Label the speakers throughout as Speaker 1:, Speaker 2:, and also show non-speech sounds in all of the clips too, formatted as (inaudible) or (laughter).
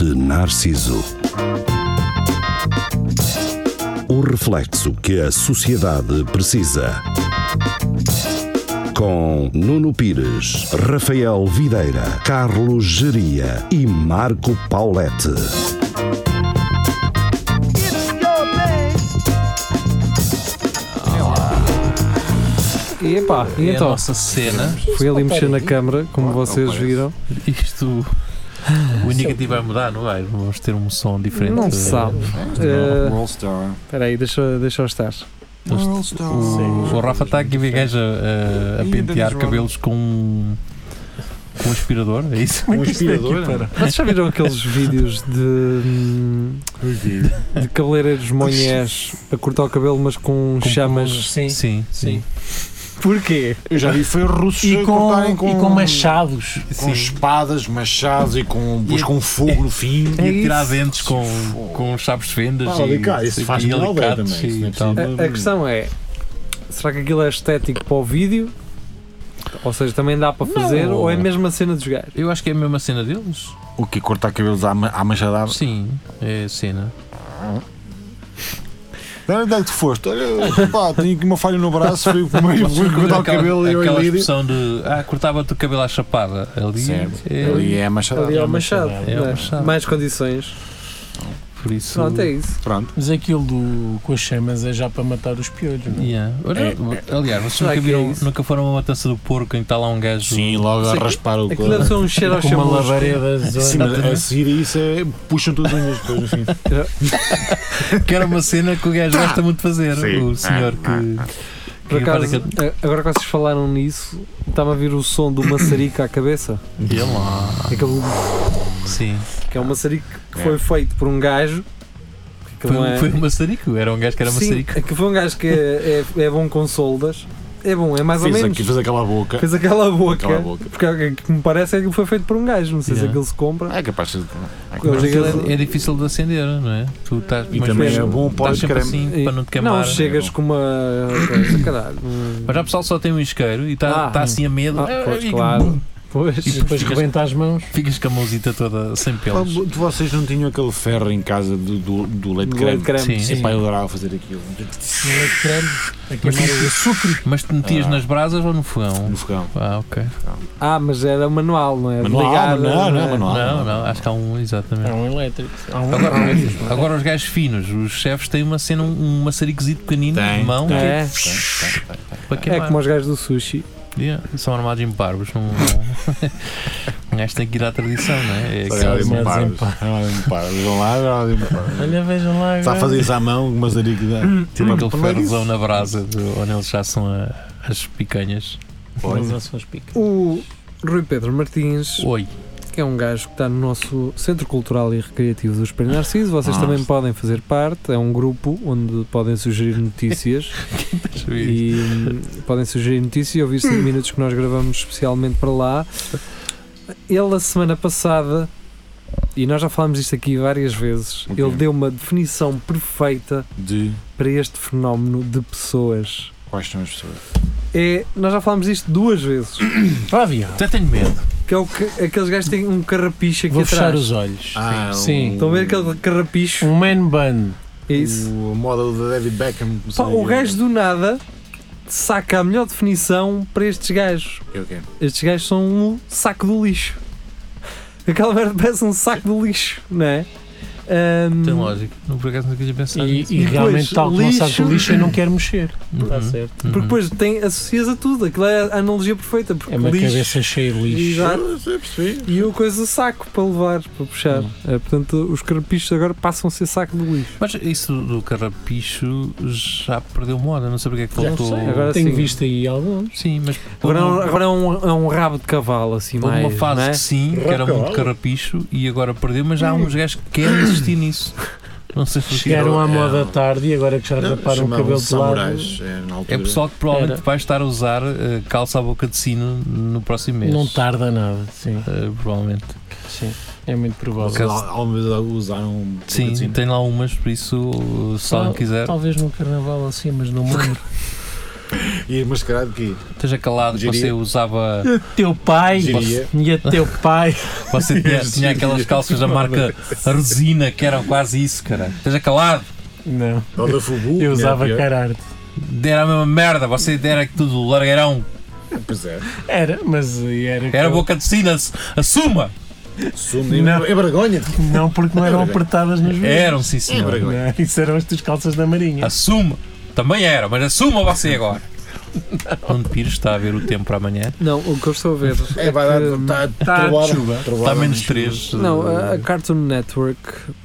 Speaker 1: de Narciso. O reflexo que a sociedade precisa. Com Nuno Pires, Rafael Videira, Carlos Geria e Marco Paulette.
Speaker 2: E epá, e
Speaker 3: É a
Speaker 2: então?
Speaker 3: nossa cena.
Speaker 2: Fui ali mexer na câmara, como vocês viram.
Speaker 3: Isto. O indicativo vai mudar, não vai? Vamos ter um som diferente.
Speaker 2: Não se sabe. Eh,
Speaker 4: Rollstar.
Speaker 2: Espera aí, deixa, deixa eu estar.
Speaker 4: Rollstar.
Speaker 3: O, o Rafa está aqui a ver gajo a, a- a
Speaker 4: Ainda
Speaker 3: pentear
Speaker 4: nos
Speaker 3: cabelos com um, um aspirador, é isso? Um aspirador?
Speaker 2: Vocês já viram (laughs) aqueles vídeos de, hum, de cabeleireiros monhés a cortar o cabelo, mas com,
Speaker 3: Com
Speaker 2: chamas?
Speaker 5: Sim,
Speaker 3: Sim,
Speaker 5: sim.
Speaker 2: Porquê?
Speaker 4: Eu já vi, foi os russos
Speaker 5: E
Speaker 4: a
Speaker 5: com,
Speaker 4: cortarem com, um
Speaker 5: e com machados.
Speaker 4: com
Speaker 3: sim.
Speaker 4: espadas, machados e com, depois
Speaker 3: E-
Speaker 4: com fogo no fim.
Speaker 3: E a tirar
Speaker 2: isso.
Speaker 3: dentes com, com chaves de vendas
Speaker 4: Pá,
Speaker 3: e,
Speaker 4: Ah, ali cá, isso
Speaker 3: e
Speaker 4: faz-me mal ver
Speaker 3: alicates
Speaker 4: também, isso não é
Speaker 3: e tal.
Speaker 4: possível.
Speaker 2: A, a questão é: será que aquilo é estético para o vídeo? Ou seja, também dá para fazer?
Speaker 3: Não.
Speaker 2: Ou é mesmo a cena dos gajos?
Speaker 3: Eu acho que é a mesma cena deles.
Speaker 4: O que cortar cabelos à, ma- à machadada.
Speaker 3: Sim, é a cena.
Speaker 4: Não, Onde é que tu foste? Olha, pá, tenho aqui uma falha no braço, fui primeiro fui cortar o
Speaker 3: Aquela-
Speaker 4: cabelo e eu
Speaker 3: aquela
Speaker 4: e Lídia.
Speaker 3: expressão de ah, cortava-te o cabelo à chapada. Ali,
Speaker 4: Certo.
Speaker 3: é-
Speaker 4: Ali é a machadada.
Speaker 2: Ali é o machado.
Speaker 3: É o
Speaker 2: não é?
Speaker 3: machado.
Speaker 2: Mais condições.
Speaker 3: por isso.
Speaker 2: Pronto, é isso.
Speaker 4: Pronto.
Speaker 5: Mas aquilo do, com as chamas é já para matar os piolhos. não é?
Speaker 3: Yeah. Olha, Aliás, vocês
Speaker 2: Será
Speaker 3: nunca,
Speaker 2: que
Speaker 3: viram,
Speaker 2: é isso?
Speaker 3: nunca foram a uma matança do porco em que está lá um gajo.
Speaker 4: Sim, logo a
Speaker 2: Sei que-
Speaker 4: raspar o
Speaker 2: Aquilo deve
Speaker 4: couro.
Speaker 2: ser um cheiro ao
Speaker 5: Com uma
Speaker 2: chamusco.
Speaker 5: labareda
Speaker 4: Sim,
Speaker 5: zona.
Speaker 4: mas a seguir a isso é. puxam todas as unhas depois no fim.
Speaker 3: Que era uma cena que o
Speaker 4: (laughs)
Speaker 3: gajo gosta muito de fazer.
Speaker 4: Tá. Sim. Ah,
Speaker 3: O senhor que.
Speaker 2: Por
Speaker 3: que faz
Speaker 2: acaso,
Speaker 3: aquele-
Speaker 2: a- agora que vocês falaram nisso, está-me a vir o som do maçarico à cabeça.
Speaker 3: Ele lá.
Speaker 2: Aquele
Speaker 3: Sim.
Speaker 2: que é um maçarico que foi feito por um gajo. Que
Speaker 3: Foi,
Speaker 2: não é-
Speaker 3: foi um maçarico. Era um gajo que era
Speaker 2: Sim,
Speaker 3: maçarico.
Speaker 2: que foi um gajo que é, é- é bom com soldas. É bom, é mais ou
Speaker 4: Fez,
Speaker 2: menos.
Speaker 4: aqui, fez aquela boca.
Speaker 2: Fez aquela boca.
Speaker 4: Aquela boca.
Speaker 2: Porque o que me parece é que foi feito por um gajo. Não sei se
Speaker 3: Yeah.
Speaker 2: aquilo se compra.
Speaker 4: É capaz de. é
Speaker 2: Eu
Speaker 4: capaz de-
Speaker 2: digo-
Speaker 3: É difícil de acender, não é? Tu estás,
Speaker 4: E
Speaker 3: mas
Speaker 4: também
Speaker 3: mas
Speaker 4: é bom para
Speaker 3: estás
Speaker 4: o
Speaker 3: sempre
Speaker 4: creme.
Speaker 3: assim para não te queimar.
Speaker 2: não chegas
Speaker 4: É bom.
Speaker 2: com uma coisa, caralho.
Speaker 3: Mas já o pessoal só tem um isqueiro e está
Speaker 2: Ah.
Speaker 3: está assim a medo.
Speaker 2: Ah, pois,
Speaker 3: E-
Speaker 2: claro.
Speaker 5: E
Speaker 2: Pois.
Speaker 5: depois rebenta as mãos.
Speaker 3: Ficas com a mãozita toda sem
Speaker 4: Pá,
Speaker 3: pelos.
Speaker 4: de vocês não tinham aquele ferro em casa do, do, do leite
Speaker 2: Do
Speaker 4: creme?
Speaker 2: leite creme.
Speaker 3: Sim.
Speaker 4: Epá, eu adorava fazer aquilo. um
Speaker 5: no leite creme, a
Speaker 3: (laughs)
Speaker 5: queimar o açúcar.
Speaker 3: Mas te metias
Speaker 4: Ah.
Speaker 3: nas brasas ou no fogão?
Speaker 4: No fogão.
Speaker 3: Ah, ok.
Speaker 2: Ah, mas era manual, não é?
Speaker 4: Manual,
Speaker 2: Ligado,
Speaker 4: não, não,
Speaker 2: é?
Speaker 4: manual. Ah,
Speaker 3: não,
Speaker 4: não.
Speaker 3: não, acho que há um, exatamente.
Speaker 5: Há um elétrico. Há um
Speaker 3: Agora,
Speaker 5: elétrico.
Speaker 3: agora os gajos finos, os chefes têm uma cena, um maçaricozito pequenino
Speaker 4: Tem,
Speaker 3: de mão
Speaker 2: tem.
Speaker 3: que-
Speaker 2: É. É
Speaker 3: para queimar.
Speaker 2: como os gajos do sushi.
Speaker 3: Yeah, São armados em parvos. Não, não. (laughs) um gajo tem que ir à tradição, não é? É
Speaker 4: Era
Speaker 3: aquela-
Speaker 4: ali um
Speaker 5: mas
Speaker 4: par.
Speaker 5: em pá.
Speaker 4: Era ali um par. Vejam lá, era ali um par.
Speaker 5: Olha, vejam lá.
Speaker 4: Está a
Speaker 5: agora.
Speaker 4: fazer isso à mão, mas "Ah, ali que dá.
Speaker 3: tipo aquele
Speaker 4: Primeiro isso.
Speaker 3: ferrozão na brasa de, onde eles já são a- as picanhas.
Speaker 5: Mas não são os picos.
Speaker 2: O Rui Pedro Martins,
Speaker 3: Oi,
Speaker 2: que é um gajo que está no nosso Centro Cultural e Recreativo do Espelho Narciso, vocês
Speaker 4: Ah.
Speaker 2: também podem fazer parte, é um grupo onde podem sugerir
Speaker 4: (laughs)
Speaker 2: notícias e hum, podem sugerir notícias e ouvir 5 minutos que nós gravamos especialmente para lá. Ele a semana passada, e nós já falámos isto aqui várias vezes,
Speaker 4: Ok.
Speaker 2: ele deu uma definição perfeita
Speaker 4: De
Speaker 2: para este fenómeno de pessoas.
Speaker 4: quais são as pessoas?
Speaker 2: É, nós já falámos isto duas vezes.
Speaker 5: Vá, viado.
Speaker 3: até tenho medo.
Speaker 2: Que é o que aqueles gajos têm um carrapicho aqui
Speaker 5: Vou
Speaker 2: atrás.
Speaker 5: fechar os olhos.
Speaker 4: Ah.
Speaker 5: Sim.
Speaker 2: Estão a ver aquele carrapicho?
Speaker 5: Um man bun.
Speaker 2: É isso.
Speaker 4: O model de David Beckham. não
Speaker 2: Pá,
Speaker 4: sei
Speaker 2: o
Speaker 4: eu-
Speaker 2: gajo do nada saca a melhor definição para estes gajos.
Speaker 4: eu quero.
Speaker 2: Estes gajos são um saco do lixo. Aquela merda parece um saco do lixo, não é? Ahm,
Speaker 3: Tem lógica. Não por acaso não quis pensar.
Speaker 5: E,
Speaker 3: nisso.
Speaker 5: e
Speaker 2: E depois,
Speaker 5: realmente, tal como
Speaker 2: lixo.
Speaker 5: sabe o lixo, eu não quero mexer. Está
Speaker 3: Uhum.
Speaker 5: Tá certo.
Speaker 3: Uhum.
Speaker 2: porque depois tem, associas a tudo. Aquilo é a analogia perfeita. Porque
Speaker 5: É uma
Speaker 2: lixo,
Speaker 5: cabeça cheia de lixo.
Speaker 2: Exato.
Speaker 4: Eu sei, percebi.
Speaker 2: E o coisa do saco para levar, para puxar.
Speaker 5: Uhum.
Speaker 2: É, portanto, os carrapichos agora passam a ser saco do lixo.
Speaker 3: Mas isso do carrapicho já perdeu moda, não sei porque é que
Speaker 5: Já
Speaker 3: voltou.
Speaker 5: sei,
Speaker 2: Agora
Speaker 5: tenho
Speaker 2: sim.
Speaker 5: visto aí alguns.
Speaker 3: Sim, mas
Speaker 2: Agora, é um- agora é, um, é um rabo de cavalo, assim,
Speaker 3: Houve
Speaker 2: mais.
Speaker 3: uma fase
Speaker 2: não é?
Speaker 3: que sim, que era muito carrapicho e agora perdeu, mas já há uns gajos que querem insistir nisso. Não sei porquê.
Speaker 5: Chegaram à
Speaker 4: Não,
Speaker 5: moda
Speaker 4: é.
Speaker 5: à tarde e agora que já raparam o
Speaker 4: Chamavam-se
Speaker 5: cabelo de lado.
Speaker 4: samurais, é, na altura.
Speaker 3: É pessoal que provavelmente
Speaker 5: Era.
Speaker 3: vai estar a usar eh, calça à boca de sino no próximo mês.
Speaker 5: Não tá. tarda nada, sim,
Speaker 3: Eh, provavelmente.
Speaker 5: sim. É muito
Speaker 4: Mas
Speaker 5: provável.
Speaker 4: al- Alguma vez usaram um.
Speaker 3: Sim, tem lá umas, por isso, se alguém quiser.
Speaker 5: Talvez num carnaval assim, mas não me lembro.
Speaker 4: E és mascarado de quê?
Speaker 3: Esteja calado que
Speaker 4: Diria.
Speaker 3: você usava.
Speaker 5: Teu pai
Speaker 4: Diria.
Speaker 5: e a teu pai.
Speaker 3: Você tinha, tinha aquelas calças da marca Resina que eram quase isso, cara. Esteja calado.
Speaker 5: Não,
Speaker 4: Ou
Speaker 3: (laughs)
Speaker 4: da Fubu?
Speaker 5: eu usava
Speaker 4: Era pior.
Speaker 5: cararte.
Speaker 3: Era a mesma merda. Você era tudo largueirão.
Speaker 4: Pois é.
Speaker 5: Era, mas era.
Speaker 3: Era
Speaker 5: que-
Speaker 3: boca de sina. se- Assuma!
Speaker 4: Sumo.
Speaker 5: Não.
Speaker 4: É vergonha.
Speaker 5: Não, porque não eram apertadas nos joelhos.
Speaker 3: Eram, sim,
Speaker 4: É
Speaker 3: senhor.
Speaker 4: vergonha.
Speaker 5: Não, isso eram as tuas calças da Marinha.
Speaker 3: É. Assuma! Também era, mas assuma (laughs) você agora. Onde Pires está a ver o tempo para amanhã?
Speaker 2: Não, o que eu estou a ver.
Speaker 4: É, vai dar.
Speaker 2: que-
Speaker 4: Está
Speaker 5: tá
Speaker 4: trovada.
Speaker 5: chuva.
Speaker 4: Trovada.
Speaker 3: Está menos 3.
Speaker 2: Não, a a Cartoon Network,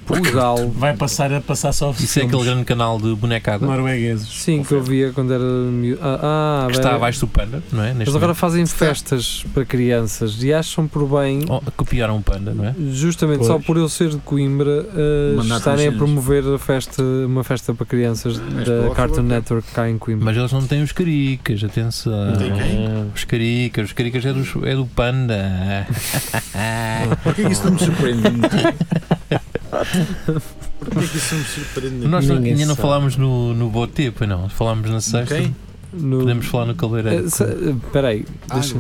Speaker 2: Portugal,
Speaker 5: Vai passar a passar só
Speaker 3: Isso é aquele
Speaker 5: filmes
Speaker 3: grande canal de bonecada
Speaker 5: noruegueses.
Speaker 2: sim, que eu via quando era. miú- Ah, ah,
Speaker 3: que
Speaker 2: bem.
Speaker 3: está abaixo do panda, não é? Neste
Speaker 2: Eles agora
Speaker 3: momento.
Speaker 2: fazem festas para crianças e acham por bem,
Speaker 3: Oh, copiaram o panda, não é?
Speaker 2: Hum. justamente só
Speaker 5: Pois.
Speaker 2: por eu ser de Coimbra, eh,
Speaker 4: Mandar-te
Speaker 2: estarem a
Speaker 4: cenas.
Speaker 2: promover a festa, uma festa para crianças da
Speaker 4: provável,
Speaker 2: Cartoon
Speaker 4: ok.
Speaker 2: Network cá em Coimbra.
Speaker 3: Mas eles não têm os caricas, atenção.
Speaker 4: Tem quem?
Speaker 3: Os caricas, os caricas é, dos, é do panda.
Speaker 4: Porquê que isso não me surpreende?
Speaker 2: (laughs)
Speaker 4: Porquê que isso não me surpreende?
Speaker 3: Nós não-
Speaker 5: Ninguém
Speaker 3: ainda não
Speaker 5: sabe.
Speaker 3: falámos no, no Botê, pois não? Falámos na sexta.
Speaker 4: Quem?
Speaker 2: No-
Speaker 3: Podemos falar no Caldeirão.
Speaker 2: Eh, se- eh, Espera aí,
Speaker 4: Ah,
Speaker 2: deixa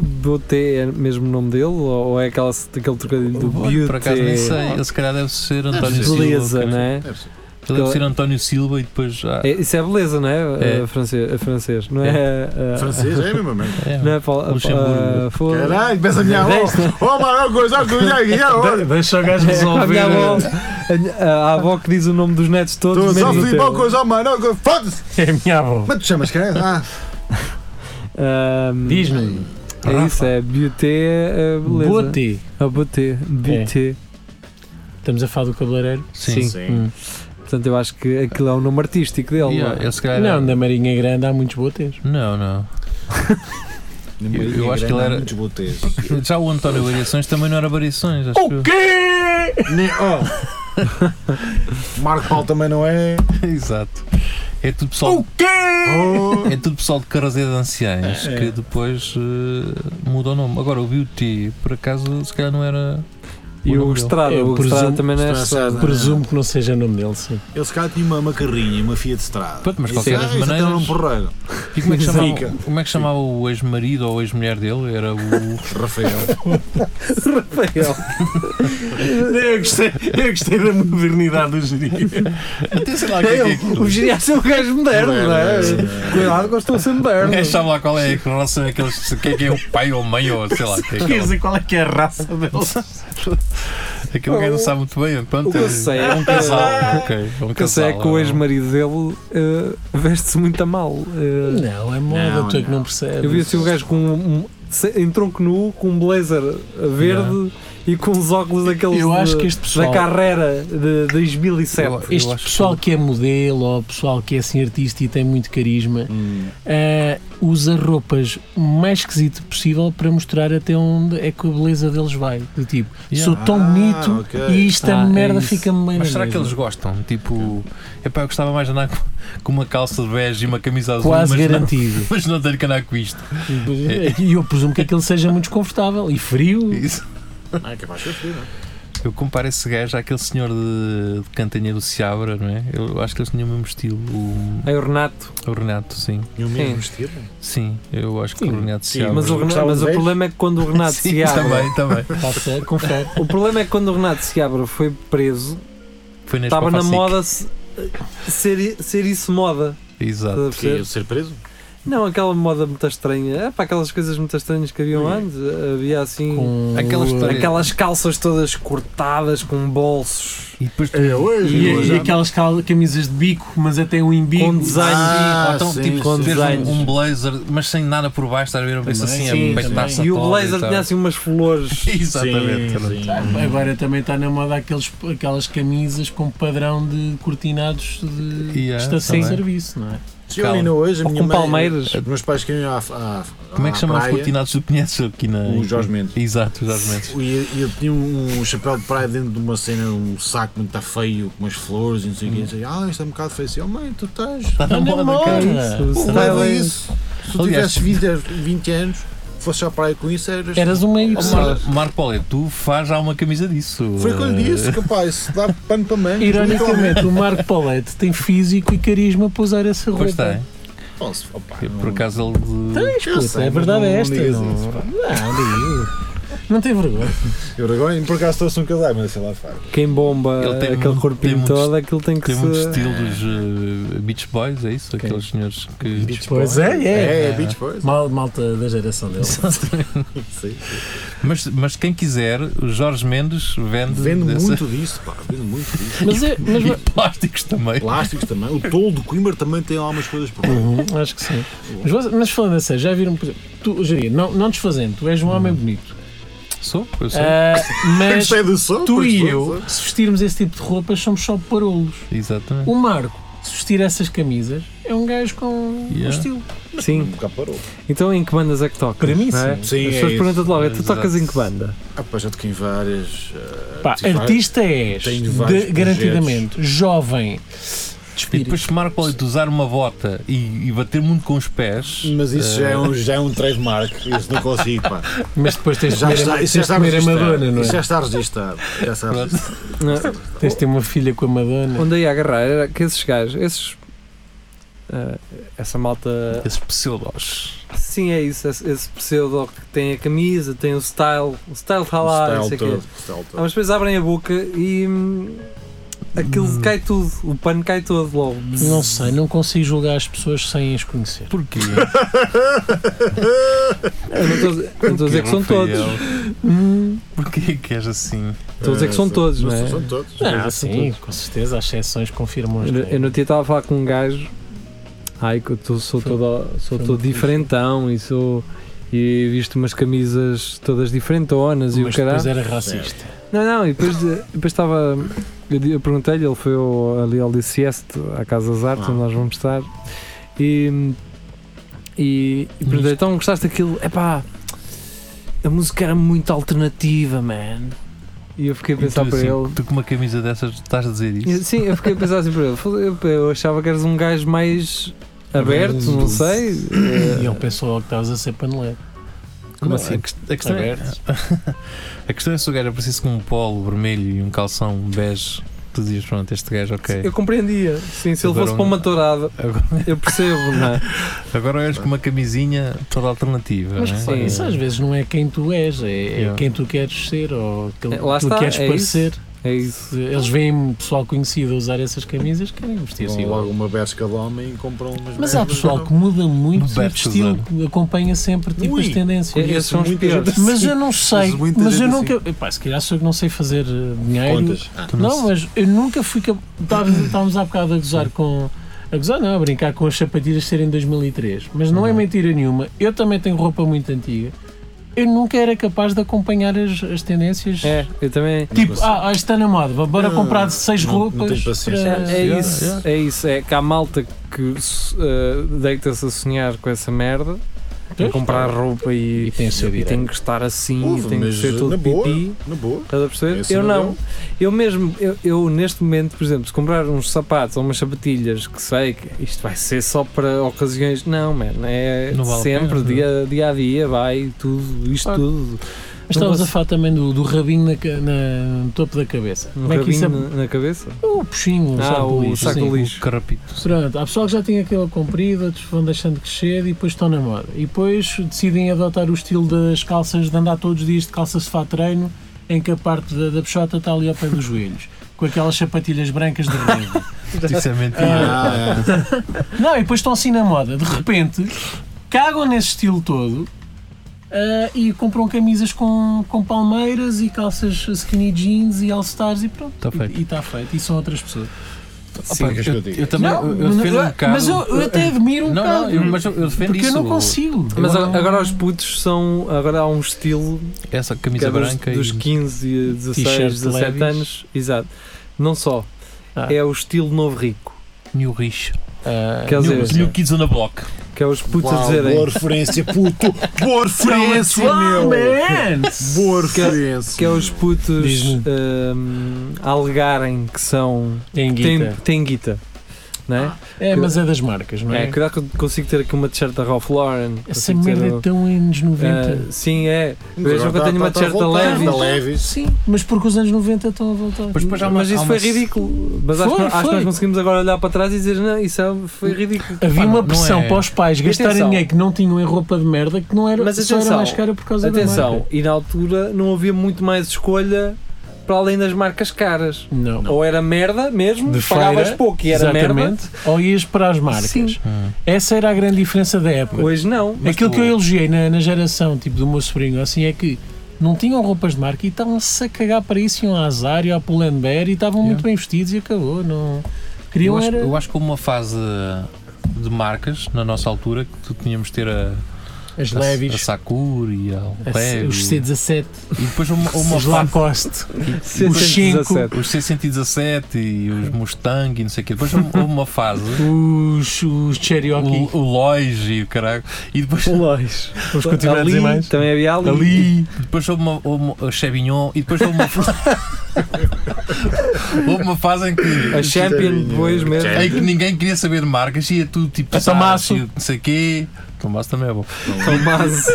Speaker 2: Boté é mesmo o nome dele ou ou é aquela, aquele trocadilho do Beauty?
Speaker 3: Por acaso nem sei. Ele se calhar deve ser António Silva.
Speaker 2: Beleza,
Speaker 3: cara.
Speaker 2: não é?
Speaker 3: Ele deve ser António Silva e depois. Ah,
Speaker 2: É, Isso é beleza, não é?
Speaker 3: É.
Speaker 2: A francês, a francês, não é? a-
Speaker 4: Francês é mesmo, mano.
Speaker 3: é.
Speaker 2: Não é Eh, Paula-
Speaker 3: Luxemburgo.
Speaker 2: a- foi-
Speaker 4: Caralho, pensa a minha avó. Oh, mano, coisa que eu já aqui, já,
Speaker 5: Ah. De-
Speaker 4: olha.
Speaker 5: Deixa o
Speaker 2: É,
Speaker 5: gajo
Speaker 2: com a
Speaker 5: resolver.
Speaker 2: minha avó, a, minha- a avó que diz o nome dos netos todos,
Speaker 4: Estou só
Speaker 2: menos o
Speaker 4: feliz
Speaker 2: teu.
Speaker 4: para coisa, mano. que- oh, Foda-se.
Speaker 5: É a minha avó.
Speaker 4: Mas tu chamas criança? Ah,
Speaker 2: Ahm,
Speaker 5: Diz-me.
Speaker 2: É isso, é beauty, é beleza.
Speaker 5: Bote.
Speaker 2: A beauty, beauty.
Speaker 5: Estamos a falar do cabeleireiro?
Speaker 3: Sim.
Speaker 5: Hum.
Speaker 2: Portanto, eu acho que aquilo é o nome artístico dele.
Speaker 3: Yeah,
Speaker 2: não é?
Speaker 3: ele se calhar
Speaker 5: Não,
Speaker 3: era-
Speaker 5: na Marinha Grande há muitos boteiros.
Speaker 3: não. não. Eu- eu acho que ele era-
Speaker 4: Muitos boteiros.
Speaker 3: Já o
Speaker 5: (laughs)
Speaker 3: António Variações também não era Variações.
Speaker 5: Oh!
Speaker 3: Acho eu. (laughs)
Speaker 5: quê?
Speaker 4: Nem- (laughs) oh. Marco Paulo também não é.
Speaker 3: Exato. É tudo pessoal.
Speaker 4: Oh.
Speaker 3: É tudo pessoal de caras e de anciães
Speaker 5: É.
Speaker 3: que depois eh, muda o nome. Agora o Beauty, por acaso, se calhar não era.
Speaker 2: E o
Speaker 3: nome dele.
Speaker 2: Estrada,
Speaker 5: Eu
Speaker 2: Ah, o Estrada
Speaker 5: presumo-
Speaker 2: também não é. (laughs)
Speaker 4: Estrada.
Speaker 5: Presumo que não seja o nome dele, sim.
Speaker 4: Ele se calhar Oh, tinha uma, uma carrinha, uma Fiat Strada.
Speaker 3: Pronto, mas de
Speaker 4: Isso
Speaker 3: qualquer
Speaker 4: é- isso
Speaker 5: então
Speaker 4: até
Speaker 3: maneira.
Speaker 4: era um porreiro.
Speaker 3: E como é que
Speaker 4: Fica.
Speaker 3: chamava, como é que chamava o ex-marido ou ex-mulher dele? Era o.
Speaker 4: Rafael.
Speaker 2: Rafael.
Speaker 5: (laughs) Eu gostei, eu gostei da modernidade do gerir.
Speaker 3: Até sei lá é
Speaker 2: Eu, o geriatra é um gajo moderno, não é? Cuidado que eu estou a ser
Speaker 3: O
Speaker 2: moderno.
Speaker 3: gajo sabe lá qual é a relação, aqueles, se quem é que é o pai ou a mãe, ou sei lá. Que é
Speaker 5: Quer
Speaker 3: aquele,
Speaker 5: dizer, qual é que é a raça deles?
Speaker 3: (laughs) aquele gajo não sabe muito bem. Pronto,
Speaker 2: O que eu
Speaker 3: é-
Speaker 2: sei é
Speaker 3: é um
Speaker 2: que-
Speaker 3: casal. ok, é um
Speaker 2: O que eu sei é que o ex-marido dele eh, veste-se muito a mal. eh.
Speaker 5: Não, é moda,
Speaker 4: Não,
Speaker 5: tu é que
Speaker 4: não.
Speaker 5: não percebes.
Speaker 2: eu vi assim o gajo com um, um- se- em tronco nu, com um blazer verde e com uns óculos daqueles
Speaker 5: Eu acho
Speaker 2: de-
Speaker 5: que este pessoal-
Speaker 2: da carreira de 2007.
Speaker 3: Eu-
Speaker 5: Este
Speaker 3: acho que-
Speaker 5: pessoal que... é modelo ou pessoal que é assim artista e tem muito carisma
Speaker 4: Hum.
Speaker 5: eh, usa roupas o mais esquisito possível para mostrar até onde é que a beleza deles vai. Do tipo,
Speaker 3: Yeah.
Speaker 5: sou tão
Speaker 4: Ah,
Speaker 5: bonito
Speaker 4: ok.
Speaker 5: e esta
Speaker 2: Ah, é
Speaker 5: merda
Speaker 2: isso.
Speaker 5: fica-me bem.
Speaker 3: Mas
Speaker 5: na
Speaker 3: será que
Speaker 5: mesma.
Speaker 3: eles gostam? Tipo, epá, eu gostava mais de andar com- com uma calça de bege e uma camisa azul,
Speaker 5: Quase
Speaker 3: mas, não,
Speaker 5: garantido.
Speaker 3: (laughs) mas não tenho que andar com isto.
Speaker 5: E eu presumo que aquele seja muito desconfortável e frio.
Speaker 3: é Isso.
Speaker 4: Ah, é capaz de ser frio, não é?
Speaker 3: Eu comparo esse gajo àquele senhor de, de Cantanha do Seabra, não é? Eu acho que eles tinham o mesmo estilo. O,
Speaker 2: Aí o Renato.
Speaker 3: o Renato, sim.
Speaker 4: E o
Speaker 2: Sim.
Speaker 4: mesmo vestido?
Speaker 3: Sim, eu acho que
Speaker 5: Sim,
Speaker 3: o Renato
Speaker 4: sim,
Speaker 3: Seabra.
Speaker 2: Mas o, Renato-
Speaker 4: Gostava
Speaker 2: mas
Speaker 4: de
Speaker 2: o
Speaker 4: beijo?
Speaker 2: problema é que quando o Renato
Speaker 3: (laughs) Sim,
Speaker 2: se abre.
Speaker 3: também, também.
Speaker 5: Está tá certo, confere.
Speaker 2: O problema é que quando o Renato Seabra foi preso,
Speaker 3: Foi neste
Speaker 2: estava na
Speaker 3: Papacic.
Speaker 2: moda se- ser, i- ser isso moda.
Speaker 3: Ah, Exato.
Speaker 2: Estás a perceber?
Speaker 4: Porque é ser preso?
Speaker 2: Não, aquela moda muito estranha. É para aquelas coisas muito estranhas que haviam antes. Havia assim.
Speaker 5: Com
Speaker 3: Aquela
Speaker 2: (laughs)
Speaker 3: história-
Speaker 2: Aquelas calças todas cortadas com bolsos.
Speaker 3: E depois
Speaker 4: É hoje.
Speaker 5: E,
Speaker 4: hoje.
Speaker 5: e aquelas cal- camisas de bico, mas até um
Speaker 2: Com
Speaker 5: embigo.
Speaker 2: desenhos.
Speaker 4: Ah,
Speaker 3: ou então,
Speaker 4: sim,
Speaker 3: tipo,
Speaker 2: sim,
Speaker 3: veres
Speaker 2: sim.
Speaker 3: um, um blazer, mas sem nada por baixo, estás a ver? Eu penso
Speaker 5: Também,
Speaker 3: assim,
Speaker 5: sim,
Speaker 3: a peitar-se
Speaker 5: também.
Speaker 2: e o
Speaker 3: toda
Speaker 2: blazer
Speaker 3: tal.
Speaker 2: tinha
Speaker 3: (laughs)
Speaker 2: assim umas flores.
Speaker 3: (laughs) Exatamente.
Speaker 4: Sim, sim.
Speaker 5: Agora também está na moda aqueles, aquelas camisas com padrão de cortinados de
Speaker 3: Yeah,
Speaker 5: estação de
Speaker 3: também.
Speaker 5: serviço, não é?
Speaker 4: Se eu ainda hoje, a
Speaker 2: Ou
Speaker 4: minha
Speaker 2: com
Speaker 4: mãe-
Speaker 2: palmeiras.
Speaker 4: Os meus pais que iam à, à,
Speaker 3: Como é que chamam os
Speaker 4: Ah, praia,
Speaker 3: cortinados que tu conheces aqui na.
Speaker 4: O Jorge Mendes.
Speaker 3: Exato, o Jorge Mendes.
Speaker 4: E ele tinha um, um chapéu de praia dentro de uma cena, um saco muito tá feio, com umas flores e não sei o quê. E dizia, ah, isto é um bocado feio. Assim, oh mãe, tu estás.
Speaker 3: Está na moda,
Speaker 2: É
Speaker 3: cara.
Speaker 2: isso,
Speaker 5: Pô,
Speaker 2: o
Speaker 4: Pô,
Speaker 2: style
Speaker 4: leva
Speaker 2: é
Speaker 4: isso. Se tu
Speaker 3: Aliás-
Speaker 4: tivesses 20, anos- 20 anos, fosses à praia com isso, eras.
Speaker 5: Eras uma
Speaker 3: Oh,
Speaker 5: Y.
Speaker 3: Mar- Marco Paulo, tu faz já uma camisa disso.
Speaker 4: Foi o que eu lhe disse, rapaz, dá pano
Speaker 5: (laughs)
Speaker 4: para mãe.
Speaker 5: Ironicamente, o Marco Paulette tem físico e carisma para usar essa roupa.
Speaker 3: (laughs) Pois tem.
Speaker 4: (laughs) Posso, opa,
Speaker 3: Que
Speaker 4: não-
Speaker 3: Por acaso ele de...
Speaker 5: Tens,
Speaker 4: Eu
Speaker 5: puta,
Speaker 4: sei,
Speaker 5: a
Speaker 4: mas
Speaker 5: verdade
Speaker 4: não-
Speaker 5: é
Speaker 4: não
Speaker 5: esta.
Speaker 4: digas
Speaker 5: Não,
Speaker 4: isso, pá.
Speaker 5: não, (laughs) digo. não tem vergonha.
Speaker 4: Eu agora, por acaso, trouxe um casaco, mas sei lá, faz.
Speaker 2: Quem bomba
Speaker 3: Ele tem
Speaker 2: aquele
Speaker 3: muito- tem
Speaker 2: corpinho
Speaker 3: muito
Speaker 2: todo, aquilo tem que
Speaker 3: tem muito
Speaker 2: ser.
Speaker 3: estilo dos eh, Beach Boys, é isso?
Speaker 5: Quem?
Speaker 3: Aqueles senhores que.
Speaker 5: Beach Boys, é, é.
Speaker 4: É, Beach Boys.
Speaker 5: Mal, malta da geração dele.
Speaker 4: Sim.
Speaker 3: Mas, mas quem quiser, o Jorge Mendes vende.
Speaker 4: Vendo
Speaker 3: dessa-
Speaker 4: muito disso, pá, vendo muito disso.
Speaker 5: Mas é. Mas,
Speaker 3: E plásticos também.
Speaker 4: Plásticos também. O tolo de Coimbra também tem lá umas coisas por lá.
Speaker 5: Uhum, acho que sim. Mas, você- mas falando assim, já viram. Por exemplo, tu, Jeria, não, não desfazendo, tu és um homem bonito.
Speaker 3: Sou, eu sou.
Speaker 5: Ah, mas
Speaker 4: Gostei do som,
Speaker 5: tu
Speaker 4: é pois,
Speaker 5: e
Speaker 4: pois,
Speaker 5: eu, se vestirmos esse tipo de roupas, somos só parolos.
Speaker 3: Exatamente.
Speaker 5: O Marco, se vestir essas camisas, é um gajo com
Speaker 3: Yeah.
Speaker 5: um estilo.
Speaker 2: Sim.
Speaker 4: Nunca parou.
Speaker 2: Então em que bandas é que tocas?
Speaker 5: Para mim,
Speaker 2: não é?
Speaker 5: sim.
Speaker 2: As
Speaker 4: Sim, é
Speaker 2: pessoas
Speaker 4: isso.
Speaker 2: perguntam logo, tu
Speaker 3: Exato.
Speaker 2: tocas em que banda?
Speaker 4: Ah, pá, já toquei em várias. ah,
Speaker 5: Pá,
Speaker 4: tive várias-
Speaker 5: artista é és,
Speaker 4: tenho vários
Speaker 5: de- garantidamente, jovem.
Speaker 3: E depois se Marco ali de usar uma bota e, e bater muito com os pés.
Speaker 4: Mas isso já é,
Speaker 5: Eh.
Speaker 4: um, já é um trademark. Isso não consigo, pá.
Speaker 5: Mas depois tens de
Speaker 4: Já
Speaker 5: comer,
Speaker 4: está,
Speaker 5: a,
Speaker 4: isso já
Speaker 5: tens de
Speaker 4: está
Speaker 5: comer a
Speaker 4: registado.
Speaker 5: Madonna, não é?
Speaker 4: Isso já está registado. Já está
Speaker 3: Pronto.
Speaker 4: registado.
Speaker 2: Não,
Speaker 5: Tens de ter uma filha com a Madonna.
Speaker 2: Onde eu ia agarrar era que esses gajos, esses. ah, essa malta.
Speaker 3: Esses pseudos.
Speaker 2: Sim, é isso. Esse, esse pseudo que tem a camisa, tem o style, o style falar, não
Speaker 4: O
Speaker 2: sei
Speaker 4: style
Speaker 2: o quê.
Speaker 4: todo, o style
Speaker 2: Ah,
Speaker 4: todo.
Speaker 2: mas depois abrem a boca e. hum, aquilo cai tudo. O pano cai todo logo.
Speaker 5: Não sei, não consigo julgar as pessoas sem as conhecer.
Speaker 3: Porquê?
Speaker 2: Eu não estou a dizer- não estou a dizer é que são todos. Hum.
Speaker 3: Porquê que és assim?
Speaker 2: Estou a dizer que são
Speaker 4: Ah,
Speaker 2: todos,
Speaker 4: mas
Speaker 2: não é?
Speaker 4: São todos.
Speaker 5: Ah,
Speaker 4: São
Speaker 5: sim,
Speaker 4: todos.
Speaker 5: com certeza, as exceções confirmam as
Speaker 2: Eu, eu no outro dia estava a falar com um gajo. Ai, que eu tô- sou todo, sou
Speaker 5: foi
Speaker 2: todo
Speaker 5: muito
Speaker 2: diferentão e sou. E visto umas camisas todas diferentonas e o
Speaker 5: Mas depois é-
Speaker 2: caralho.
Speaker 5: era racista.
Speaker 2: Não, não, e depois, de- depois estava. Eu, di- eu perguntei-lhe, ele foi ao, ali ao DCS, à Casa das Artes,
Speaker 4: Ah.
Speaker 2: onde nós vamos estar. E. E, e perguntei, então gostaste daquilo? Epá, a música era muito alternativa, man. E eu fiquei a
Speaker 3: E tu,
Speaker 2: pensar para
Speaker 3: assim,
Speaker 2: ele.
Speaker 3: tu com uma camisa dessas estás a dizer
Speaker 2: Eu-
Speaker 3: isso?
Speaker 2: Sim, eu fiquei a pensar assim para ele. "Foda- Eu, eu achava que eras um gajo mais aberto, não sei.
Speaker 5: E
Speaker 2: eh,
Speaker 5: ele pensou logo que estavas a ser paneleiro.
Speaker 2: como
Speaker 3: Não,
Speaker 2: assim?
Speaker 3: A, quest- a questão é,
Speaker 5: Aberto.
Speaker 3: a questão é se o gajo aparecesse com um polo vermelho e um calção bege, tu dizias pronto, este gajo ok.
Speaker 2: Eu compreendia. Sim, se ele
Speaker 3: Agora
Speaker 2: fosse para uma
Speaker 3: um-
Speaker 2: tourada,
Speaker 3: Agora,
Speaker 2: eu percebo, não é?
Speaker 3: agora olhas com uma camisinha toda alternativa.
Speaker 5: Mas
Speaker 3: não é?
Speaker 5: repara,
Speaker 2: Sim.
Speaker 5: isso às vezes não é quem tu és, é, é
Speaker 3: Yeah.
Speaker 5: quem tu queres ser ou aquilo
Speaker 2: É, lá
Speaker 5: que tu
Speaker 2: está,
Speaker 5: queres
Speaker 2: é
Speaker 5: parecer.
Speaker 2: É isso.
Speaker 5: Eles veem pessoal conhecido a usar essas camisas, querem vestir-se
Speaker 4: Vão
Speaker 5: igual.
Speaker 4: logo uma bershka de homem e compram umas
Speaker 5: Mas
Speaker 4: merdas,
Speaker 5: há
Speaker 4: então.
Speaker 5: pessoal
Speaker 4: não.
Speaker 5: que muda muito
Speaker 3: Não
Speaker 5: de
Speaker 3: deve-se
Speaker 5: estilo, que acompanha sempre tipo
Speaker 4: Ui.
Speaker 5: as tendências.
Speaker 2: É, Esses são os
Speaker 4: muita gente assim.
Speaker 2: piores.
Speaker 5: Mas eu não sei,
Speaker 4: Mas muita
Speaker 5: mas eu
Speaker 4: gente
Speaker 5: nunca. Epá, se calhar sou eu que não sei fazer eh, dinheiro.
Speaker 4: Contas.
Speaker 3: Tu
Speaker 5: Não,
Speaker 3: se-
Speaker 5: mas eu nunca fui capaz. Estávamos há bocado a gozar com. A gozar não, a brincar com as sapatilhas de serem 2003. Mas não é mentira nenhuma. Eu também tenho roupa muito antiga. Eu nunca era capaz de acompanhar as, as tendências.
Speaker 2: É, eu também.
Speaker 5: Tipo, ah, ah, está na moda, vou bora
Speaker 4: Não,
Speaker 5: comprar seis
Speaker 4: não- não
Speaker 5: roupas.
Speaker 4: tenho paciência.
Speaker 5: para-
Speaker 2: É
Speaker 3: Yeah,
Speaker 2: isso,
Speaker 3: yeah.
Speaker 2: é isso. É que há malta que se- eh, deita-se a sonhar com essa merda, a
Speaker 5: Pois.
Speaker 2: comprar roupa e,
Speaker 5: E tem o seu
Speaker 2: e
Speaker 5: direito.
Speaker 2: tem que estar assim,
Speaker 4: Ouve,
Speaker 2: e tem que
Speaker 4: mas,
Speaker 2: ser
Speaker 4: na
Speaker 2: todo
Speaker 4: boa,
Speaker 2: pipi.
Speaker 4: Na boa.
Speaker 2: Estás a perceber?
Speaker 4: Esse
Speaker 2: eu
Speaker 4: não
Speaker 2: não. Eu mesmo, eu, eu neste momento, por exemplo, se comprar uns sapatos ou umas sapatilhas que sei que isto vai ser só para ocasiões. Não, mano. É
Speaker 3: Não vale a
Speaker 2: sempre,
Speaker 3: pena,
Speaker 2: dia, dia a dia, vai, tudo, isto
Speaker 5: Ah,
Speaker 2: tudo.
Speaker 5: Mas estávamos a falar também do, do rabinho na, ca- na- no topo da cabeça.
Speaker 2: Um
Speaker 5: Como é que isso
Speaker 2: rabinho na,
Speaker 5: é?
Speaker 2: na cabeça?
Speaker 5: O puxinho, o
Speaker 2: Ah,
Speaker 5: saco
Speaker 2: o
Speaker 5: de lixo.
Speaker 2: saco
Speaker 5: sim.
Speaker 2: do lixo.
Speaker 3: o carapito.
Speaker 5: Pronto, há pessoal que já tem aquele comprido, outros vão deixando crescer e depois estão na moda. E depois decidem adotar o estilo das calças, de andar todos os dias de calças de fato de treino, em que a parte da, da peixota está ali ao pé dos joelhos, com aquelas sapatilhas brancas de rede.
Speaker 3: (laughs) Isso é mentira.
Speaker 4: Ah,
Speaker 2: (laughs)
Speaker 5: Não, e depois estão assim na moda, de repente, cagam nesse estilo todo ah, e compram camisas com, com palmeiras e calças skinny jeans e all-stars e pronto.
Speaker 3: Tá feito.
Speaker 5: E está feito. E são outras pessoas.
Speaker 3: Sim,
Speaker 4: Opa, queres que
Speaker 3: eu,
Speaker 4: eu diga?
Speaker 3: eu também eu, eu defendo um bocado.
Speaker 5: Mas eu, eu até admiro um
Speaker 3: não,
Speaker 5: bocado.
Speaker 3: não, eu, mas eu, eu defendo
Speaker 5: Porque
Speaker 3: isso.
Speaker 5: eu não consigo.
Speaker 2: Mas
Speaker 5: Eu
Speaker 2: a-
Speaker 5: não-
Speaker 2: agora os putos são. Agora há um estilo
Speaker 3: Essa
Speaker 2: que
Speaker 3: camisa
Speaker 2: é dos,
Speaker 3: branca
Speaker 2: dos
Speaker 3: e
Speaker 2: 15, 16,
Speaker 5: T-shirt
Speaker 2: 17
Speaker 5: leves.
Speaker 2: anos. Exato. Não só.
Speaker 5: Ah.
Speaker 2: É o estilo novo rico.
Speaker 3: New Rich.
Speaker 5: Ah,
Speaker 2: Quer
Speaker 3: New,
Speaker 2: dizer,
Speaker 3: new Kids on the Block.
Speaker 2: que é os putos a
Speaker 4: Uau,
Speaker 2: dizerem.
Speaker 4: Boa referência, puto! Boa
Speaker 3: é
Speaker 4: referência, meu!
Speaker 5: Uau, man!
Speaker 3: (laughs)
Speaker 4: Boa
Speaker 2: Que-
Speaker 4: referência!
Speaker 2: Que é os putos
Speaker 5: Diz-me.
Speaker 2: hum, a alegarem que são
Speaker 5: Tem
Speaker 2: Tem, tem guita. não é?
Speaker 5: É, mas é das marcas, não é?
Speaker 2: É, cuidado que eu consigo ter aqui uma t-shirt da Ralph Lauren.
Speaker 5: Essa
Speaker 2: consigo ter
Speaker 5: merda
Speaker 2: o-
Speaker 5: é tão anos 90.
Speaker 2: Ah, sim, é.
Speaker 4: Mas
Speaker 2: Vejam que eu
Speaker 4: agora
Speaker 2: tenho uma
Speaker 4: tá- tá- tá
Speaker 2: t-shirt da
Speaker 4: voltando,
Speaker 2: Levis.
Speaker 4: da Levis.
Speaker 5: Sim, mas porque os anos 90 estão a voltar.
Speaker 3: Mas depois há uma-
Speaker 2: Mas isso
Speaker 3: há
Speaker 2: foi
Speaker 3: uma-
Speaker 2: ridículo. Mas acho, que-
Speaker 5: Ah, Foi,
Speaker 2: acho que
Speaker 5: foi.
Speaker 2: nós conseguimos agora olhar para trás e dizer: não, isso é- foi ridículo.
Speaker 5: Havia
Speaker 3: Pá,
Speaker 5: uma
Speaker 3: não
Speaker 5: pressão
Speaker 3: é-
Speaker 5: para os pais
Speaker 2: Mas
Speaker 5: gastarem
Speaker 2: atenção.
Speaker 5: dinheiro que não tinham em roupa de merda que não era,
Speaker 2: Mas
Speaker 5: só era
Speaker 2: atenção.
Speaker 5: mais cara por causa da
Speaker 2: Atenção,
Speaker 5: marca.
Speaker 2: e na altura não havia muito mais escolha para além das marcas caras.
Speaker 5: Não.
Speaker 2: Ou era merda mesmo,
Speaker 5: De
Speaker 2: pagavas
Speaker 5: feira,
Speaker 2: pouco e era merda.
Speaker 5: Exatamente. Ou ias para as marcas.
Speaker 2: Sim.
Speaker 3: Hum.
Speaker 5: Essa era a grande diferença da época.
Speaker 2: Hoje não.
Speaker 3: Mas
Speaker 5: Aquilo
Speaker 3: tu-
Speaker 5: que eu elogiei na, na geração tipo do meu sobrinho assim é que não tinham roupas de marca e estavam-se a cagar para isso, iam à Zara, à Pull&Bear e estavam muito
Speaker 3: Yeah.
Speaker 5: bem vestidos e acabou. Não... Queriam
Speaker 3: Eu acho,
Speaker 5: era...
Speaker 3: eu acho que houve uma fase de marcas na nossa altura que tu tínhamos de ter a,
Speaker 5: as
Speaker 3: a, a
Speaker 5: Levis,
Speaker 3: Sakura e a
Speaker 5: a- os
Speaker 3: Levis.
Speaker 5: C17,
Speaker 3: E depois uma, uma
Speaker 5: (laughs) os Lacoste.
Speaker 3: fase.
Speaker 5: Os cinco.
Speaker 2: 117.
Speaker 3: Os C117 e os Mustang e não sei o quê. Depois houve houve uma (laughs) fase.
Speaker 5: os, os Cherokee.
Speaker 3: O, o Lois e o caralho. E depois,
Speaker 2: Lois.
Speaker 5: Vamos continuar a dizer mais?
Speaker 2: Também havia ali.
Speaker 5: Ali.
Speaker 3: depois houve uma. Houve uma- a Chevignon. E depois houve uma. (laughs) houve uma fase em que.
Speaker 2: A Champion depois mesmo.
Speaker 4: Champion.
Speaker 3: Em que ninguém queria saber de marcas, ia tudo tipo
Speaker 5: A Tomasso.
Speaker 3: Saras, ia não sei o quê. Tomasso também é bom.
Speaker 2: Tomás.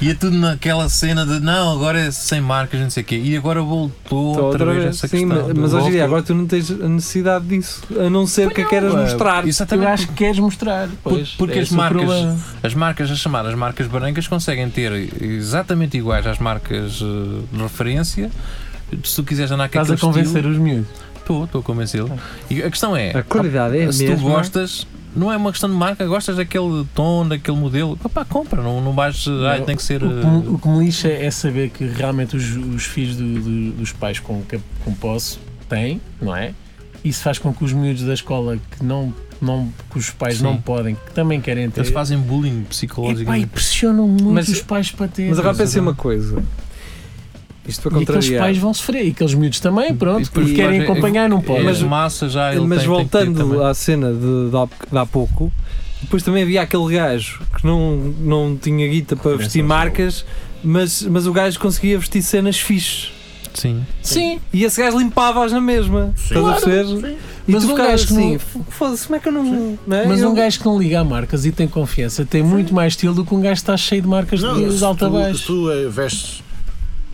Speaker 3: Ia tudo naquela cena de não, agora é sem marcas, não sei o quê. E agora voltou
Speaker 2: Só
Speaker 3: outra, vez, essa
Speaker 2: Sim,
Speaker 3: questão.
Speaker 2: mas, mas hoje em dia agora tu não tens a necessidade disso, a não ser que a queiras mostrar.
Speaker 3: Isso
Speaker 5: Eu
Speaker 3: também
Speaker 5: acho que queres mostrar. Pois,
Speaker 3: porque
Speaker 5: é
Speaker 3: as
Speaker 5: esse o
Speaker 3: marcas-
Speaker 5: problema.
Speaker 3: As marcas, as chamadas marcas brancas, conseguem ter exatamente iguais às marcas eh, de referência. Se tu quiseres andar com
Speaker 5: Estás a
Speaker 3: aquele
Speaker 5: convencer
Speaker 3: estilo,
Speaker 5: os miúdos.
Speaker 3: estou, estou a convencê-lo. E a questão é,
Speaker 2: A qualidade é a
Speaker 3: se
Speaker 2: mesma.
Speaker 3: tu gostas, não é uma questão de marca, gostas daquele tom, daquele modelo, pá, compra, não, não vais, eh, ai,
Speaker 5: Não.
Speaker 3: tem que ser...
Speaker 5: O que, me-
Speaker 3: eh,
Speaker 5: o que me lixa é saber que realmente os, os filhos do- do- dos pais com, cap- com posse têm, não é? Isso faz com que os miúdos da escola que, não, não, que os pais
Speaker 3: Sim.
Speaker 5: não podem, que também querem ter,
Speaker 3: Eles fazem bullying
Speaker 5: é- epá, e
Speaker 3: psicológico.
Speaker 5: pressionam muito
Speaker 2: Mas-
Speaker 5: os pais para ter.
Speaker 2: Mas agora
Speaker 3: Mas
Speaker 2: pensei
Speaker 3: agora-
Speaker 2: uma coisa. Isto para
Speaker 5: é e aqueles
Speaker 2: contrariar.
Speaker 5: pais vão sofrer, e aqueles miúdos também,
Speaker 3: E
Speaker 5: pronto,
Speaker 3: depois
Speaker 5: porque querem
Speaker 3: vais-
Speaker 5: acompanhar, não
Speaker 3: Pô,
Speaker 5: podem.
Speaker 3: mas
Speaker 2: Mas-
Speaker 3: massa já ele
Speaker 2: Mas
Speaker 3: tem, tem que ter
Speaker 2: voltando
Speaker 3: também.
Speaker 2: à cena de, de, há, de há pouco, depois também havia aquele gajo que não, não tinha guita para
Speaker 5: Começa
Speaker 2: vestir
Speaker 5: a
Speaker 2: marcas, mas, mas o gajo conseguia vestir cenas fixes.
Speaker 3: Sim.
Speaker 5: Sim,
Speaker 2: E esse gajo limpava-as na mesma. Estás a perceber? E
Speaker 5: Mas
Speaker 2: tu
Speaker 5: um
Speaker 2: ficavas
Speaker 5: gajo que
Speaker 2: assim,
Speaker 5: não-
Speaker 2: "F- foda-se, como é que eu não. não é?
Speaker 5: mas
Speaker 2: Eu-
Speaker 5: um gajo que não liga a marcas e tem confiança tem muito mais estilo do que um gajo que está cheio de marcas
Speaker 4: Não,
Speaker 5: de,
Speaker 4: se
Speaker 5: de alta
Speaker 4: tu-
Speaker 5: baixo.
Speaker 4: Se tu eh, vestes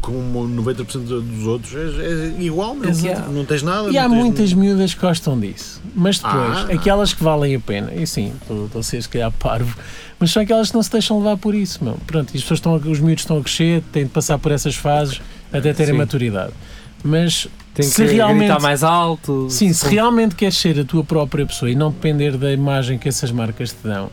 Speaker 4: um como 90% dos outros, és, és igual, meu.
Speaker 5: Exato.
Speaker 4: não tens nada.
Speaker 5: E
Speaker 4: não
Speaker 5: há
Speaker 4: tens-
Speaker 5: muitas miúdas que gostam disso. Mas depois,
Speaker 4: Ah.
Speaker 5: aquelas que valem a pena, e sim, estou estou a ser se calhar parvo, mas são aquelas que não se deixam levar por isso, meu. Pronto, e as pessoas estão, a- os miúdos estão a crescer, têm de passar por essas fases até terem
Speaker 2: Sim.
Speaker 5: maturidade. Mas
Speaker 2: Tem que
Speaker 5: se realmente-
Speaker 2: gritar mais um alto.
Speaker 5: sim, se
Speaker 2: com-
Speaker 5: realmente queres ser a tua própria pessoa e não depender da imagem que essas marcas te dão,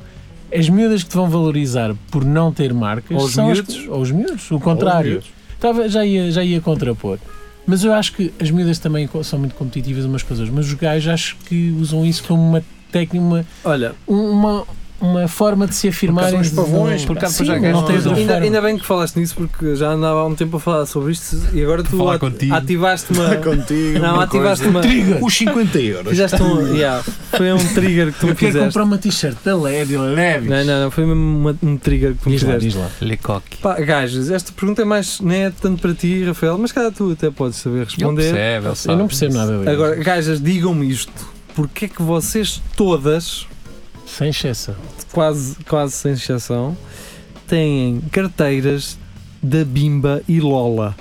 Speaker 5: as miúdas que te vão valorizar por não ter marcas
Speaker 2: Ou os
Speaker 5: são as
Speaker 2: miúdos.
Speaker 5: que- ou os miúdos, o contrário.
Speaker 4: miúdos.
Speaker 5: Tava, já, ia, já ia contrapor. Mas eu acho que as miúdas também co- são muito competitivas umas com as outras, mas os gajos acho que usam isso como uma técnica, uma, um,
Speaker 2: Olha,
Speaker 5: uma, uma forma de se afirmarem.
Speaker 4: são os
Speaker 5: de não-
Speaker 4: pavões,
Speaker 3: porque há
Speaker 5: Sim,
Speaker 3: depois há
Speaker 5: não
Speaker 3: gajos
Speaker 5: tens
Speaker 3: que usam.
Speaker 5: outra
Speaker 2: um ainda,
Speaker 5: forma.
Speaker 2: ainda bem que falaste nisso porque já andava há um tempo a falar sobre isto e agora tu
Speaker 3: falar
Speaker 2: at-
Speaker 3: contigo.
Speaker 2: ativaste
Speaker 5: (laughs)
Speaker 4: Está
Speaker 2: uma.
Speaker 4: é
Speaker 5: é
Speaker 4: contigo.
Speaker 2: Não,
Speaker 4: uma
Speaker 2: ativaste
Speaker 4: coisa.
Speaker 2: uma. (laughs)
Speaker 5: Trigger!
Speaker 4: Os 50 euros.
Speaker 2: Fizeste um. yeah, foi um trigger que tu me
Speaker 5: Eu quero
Speaker 2: fizeste.
Speaker 5: comprar uma t-shirt da Lady Levis.
Speaker 2: Não, não, não, foi mesmo uma- um trigger que tu me
Speaker 5: Diz lá,
Speaker 2: fizeste.
Speaker 5: diz lá.
Speaker 3: Lecoque.
Speaker 2: Pá, gajos, esta pergunta é mais, não é tanto para ti, Rafael, mas cada tu até podes saber
Speaker 3: Ele
Speaker 2: responder.
Speaker 3: percebe, ele sabe.
Speaker 5: Eu não percebo nada disso.
Speaker 2: Agora, gajas, digam-me isto. Porquê é que vocês todas,
Speaker 5: Sem exceção.
Speaker 2: quase, quase sem exceção, têm carteiras da Bimba e Lola?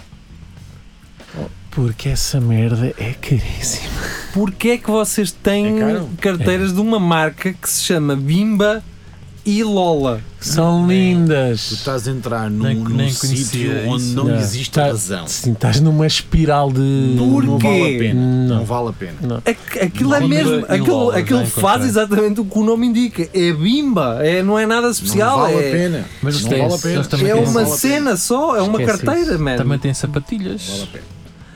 Speaker 5: Porque essa merda é caríssima.
Speaker 2: Porquê é que vocês têm
Speaker 4: É caro?
Speaker 2: carteiras de uma marca que se chama Bimba e Lola?
Speaker 5: São
Speaker 4: Tu
Speaker 5: lindas.
Speaker 4: estás a entrar num,
Speaker 3: Nem-
Speaker 4: num
Speaker 3: nem
Speaker 4: sítio
Speaker 3: conhecia
Speaker 4: onde
Speaker 3: isso.
Speaker 4: não
Speaker 5: Não.
Speaker 4: existe
Speaker 5: Tá-
Speaker 4: razão.
Speaker 5: Sim, estás numa espiral de.
Speaker 4: Não, não vale
Speaker 2: quê?
Speaker 4: a pena. Não,
Speaker 5: Não.
Speaker 4: vale a pena.
Speaker 2: Aqu- Aquilo é
Speaker 3: Bimba
Speaker 2: mesmo,
Speaker 3: e
Speaker 2: aquilo,
Speaker 3: Lola,
Speaker 2: aquilo
Speaker 3: já
Speaker 2: faz
Speaker 3: encontrei.
Speaker 2: exatamente o que o nome indica. É Bimba, é, não é nada especial.
Speaker 4: não vale
Speaker 2: é,
Speaker 4: a pena.
Speaker 3: Mas
Speaker 4: não
Speaker 3: eles têm-
Speaker 4: vale a pena.
Speaker 3: eles também
Speaker 2: é
Speaker 3: têm-
Speaker 2: uma
Speaker 4: Não vale a pena.
Speaker 2: cena só, é uma
Speaker 5: Esquece
Speaker 2: carteira, mano.
Speaker 3: Também tem sapatilhas.
Speaker 4: Não vale a pena.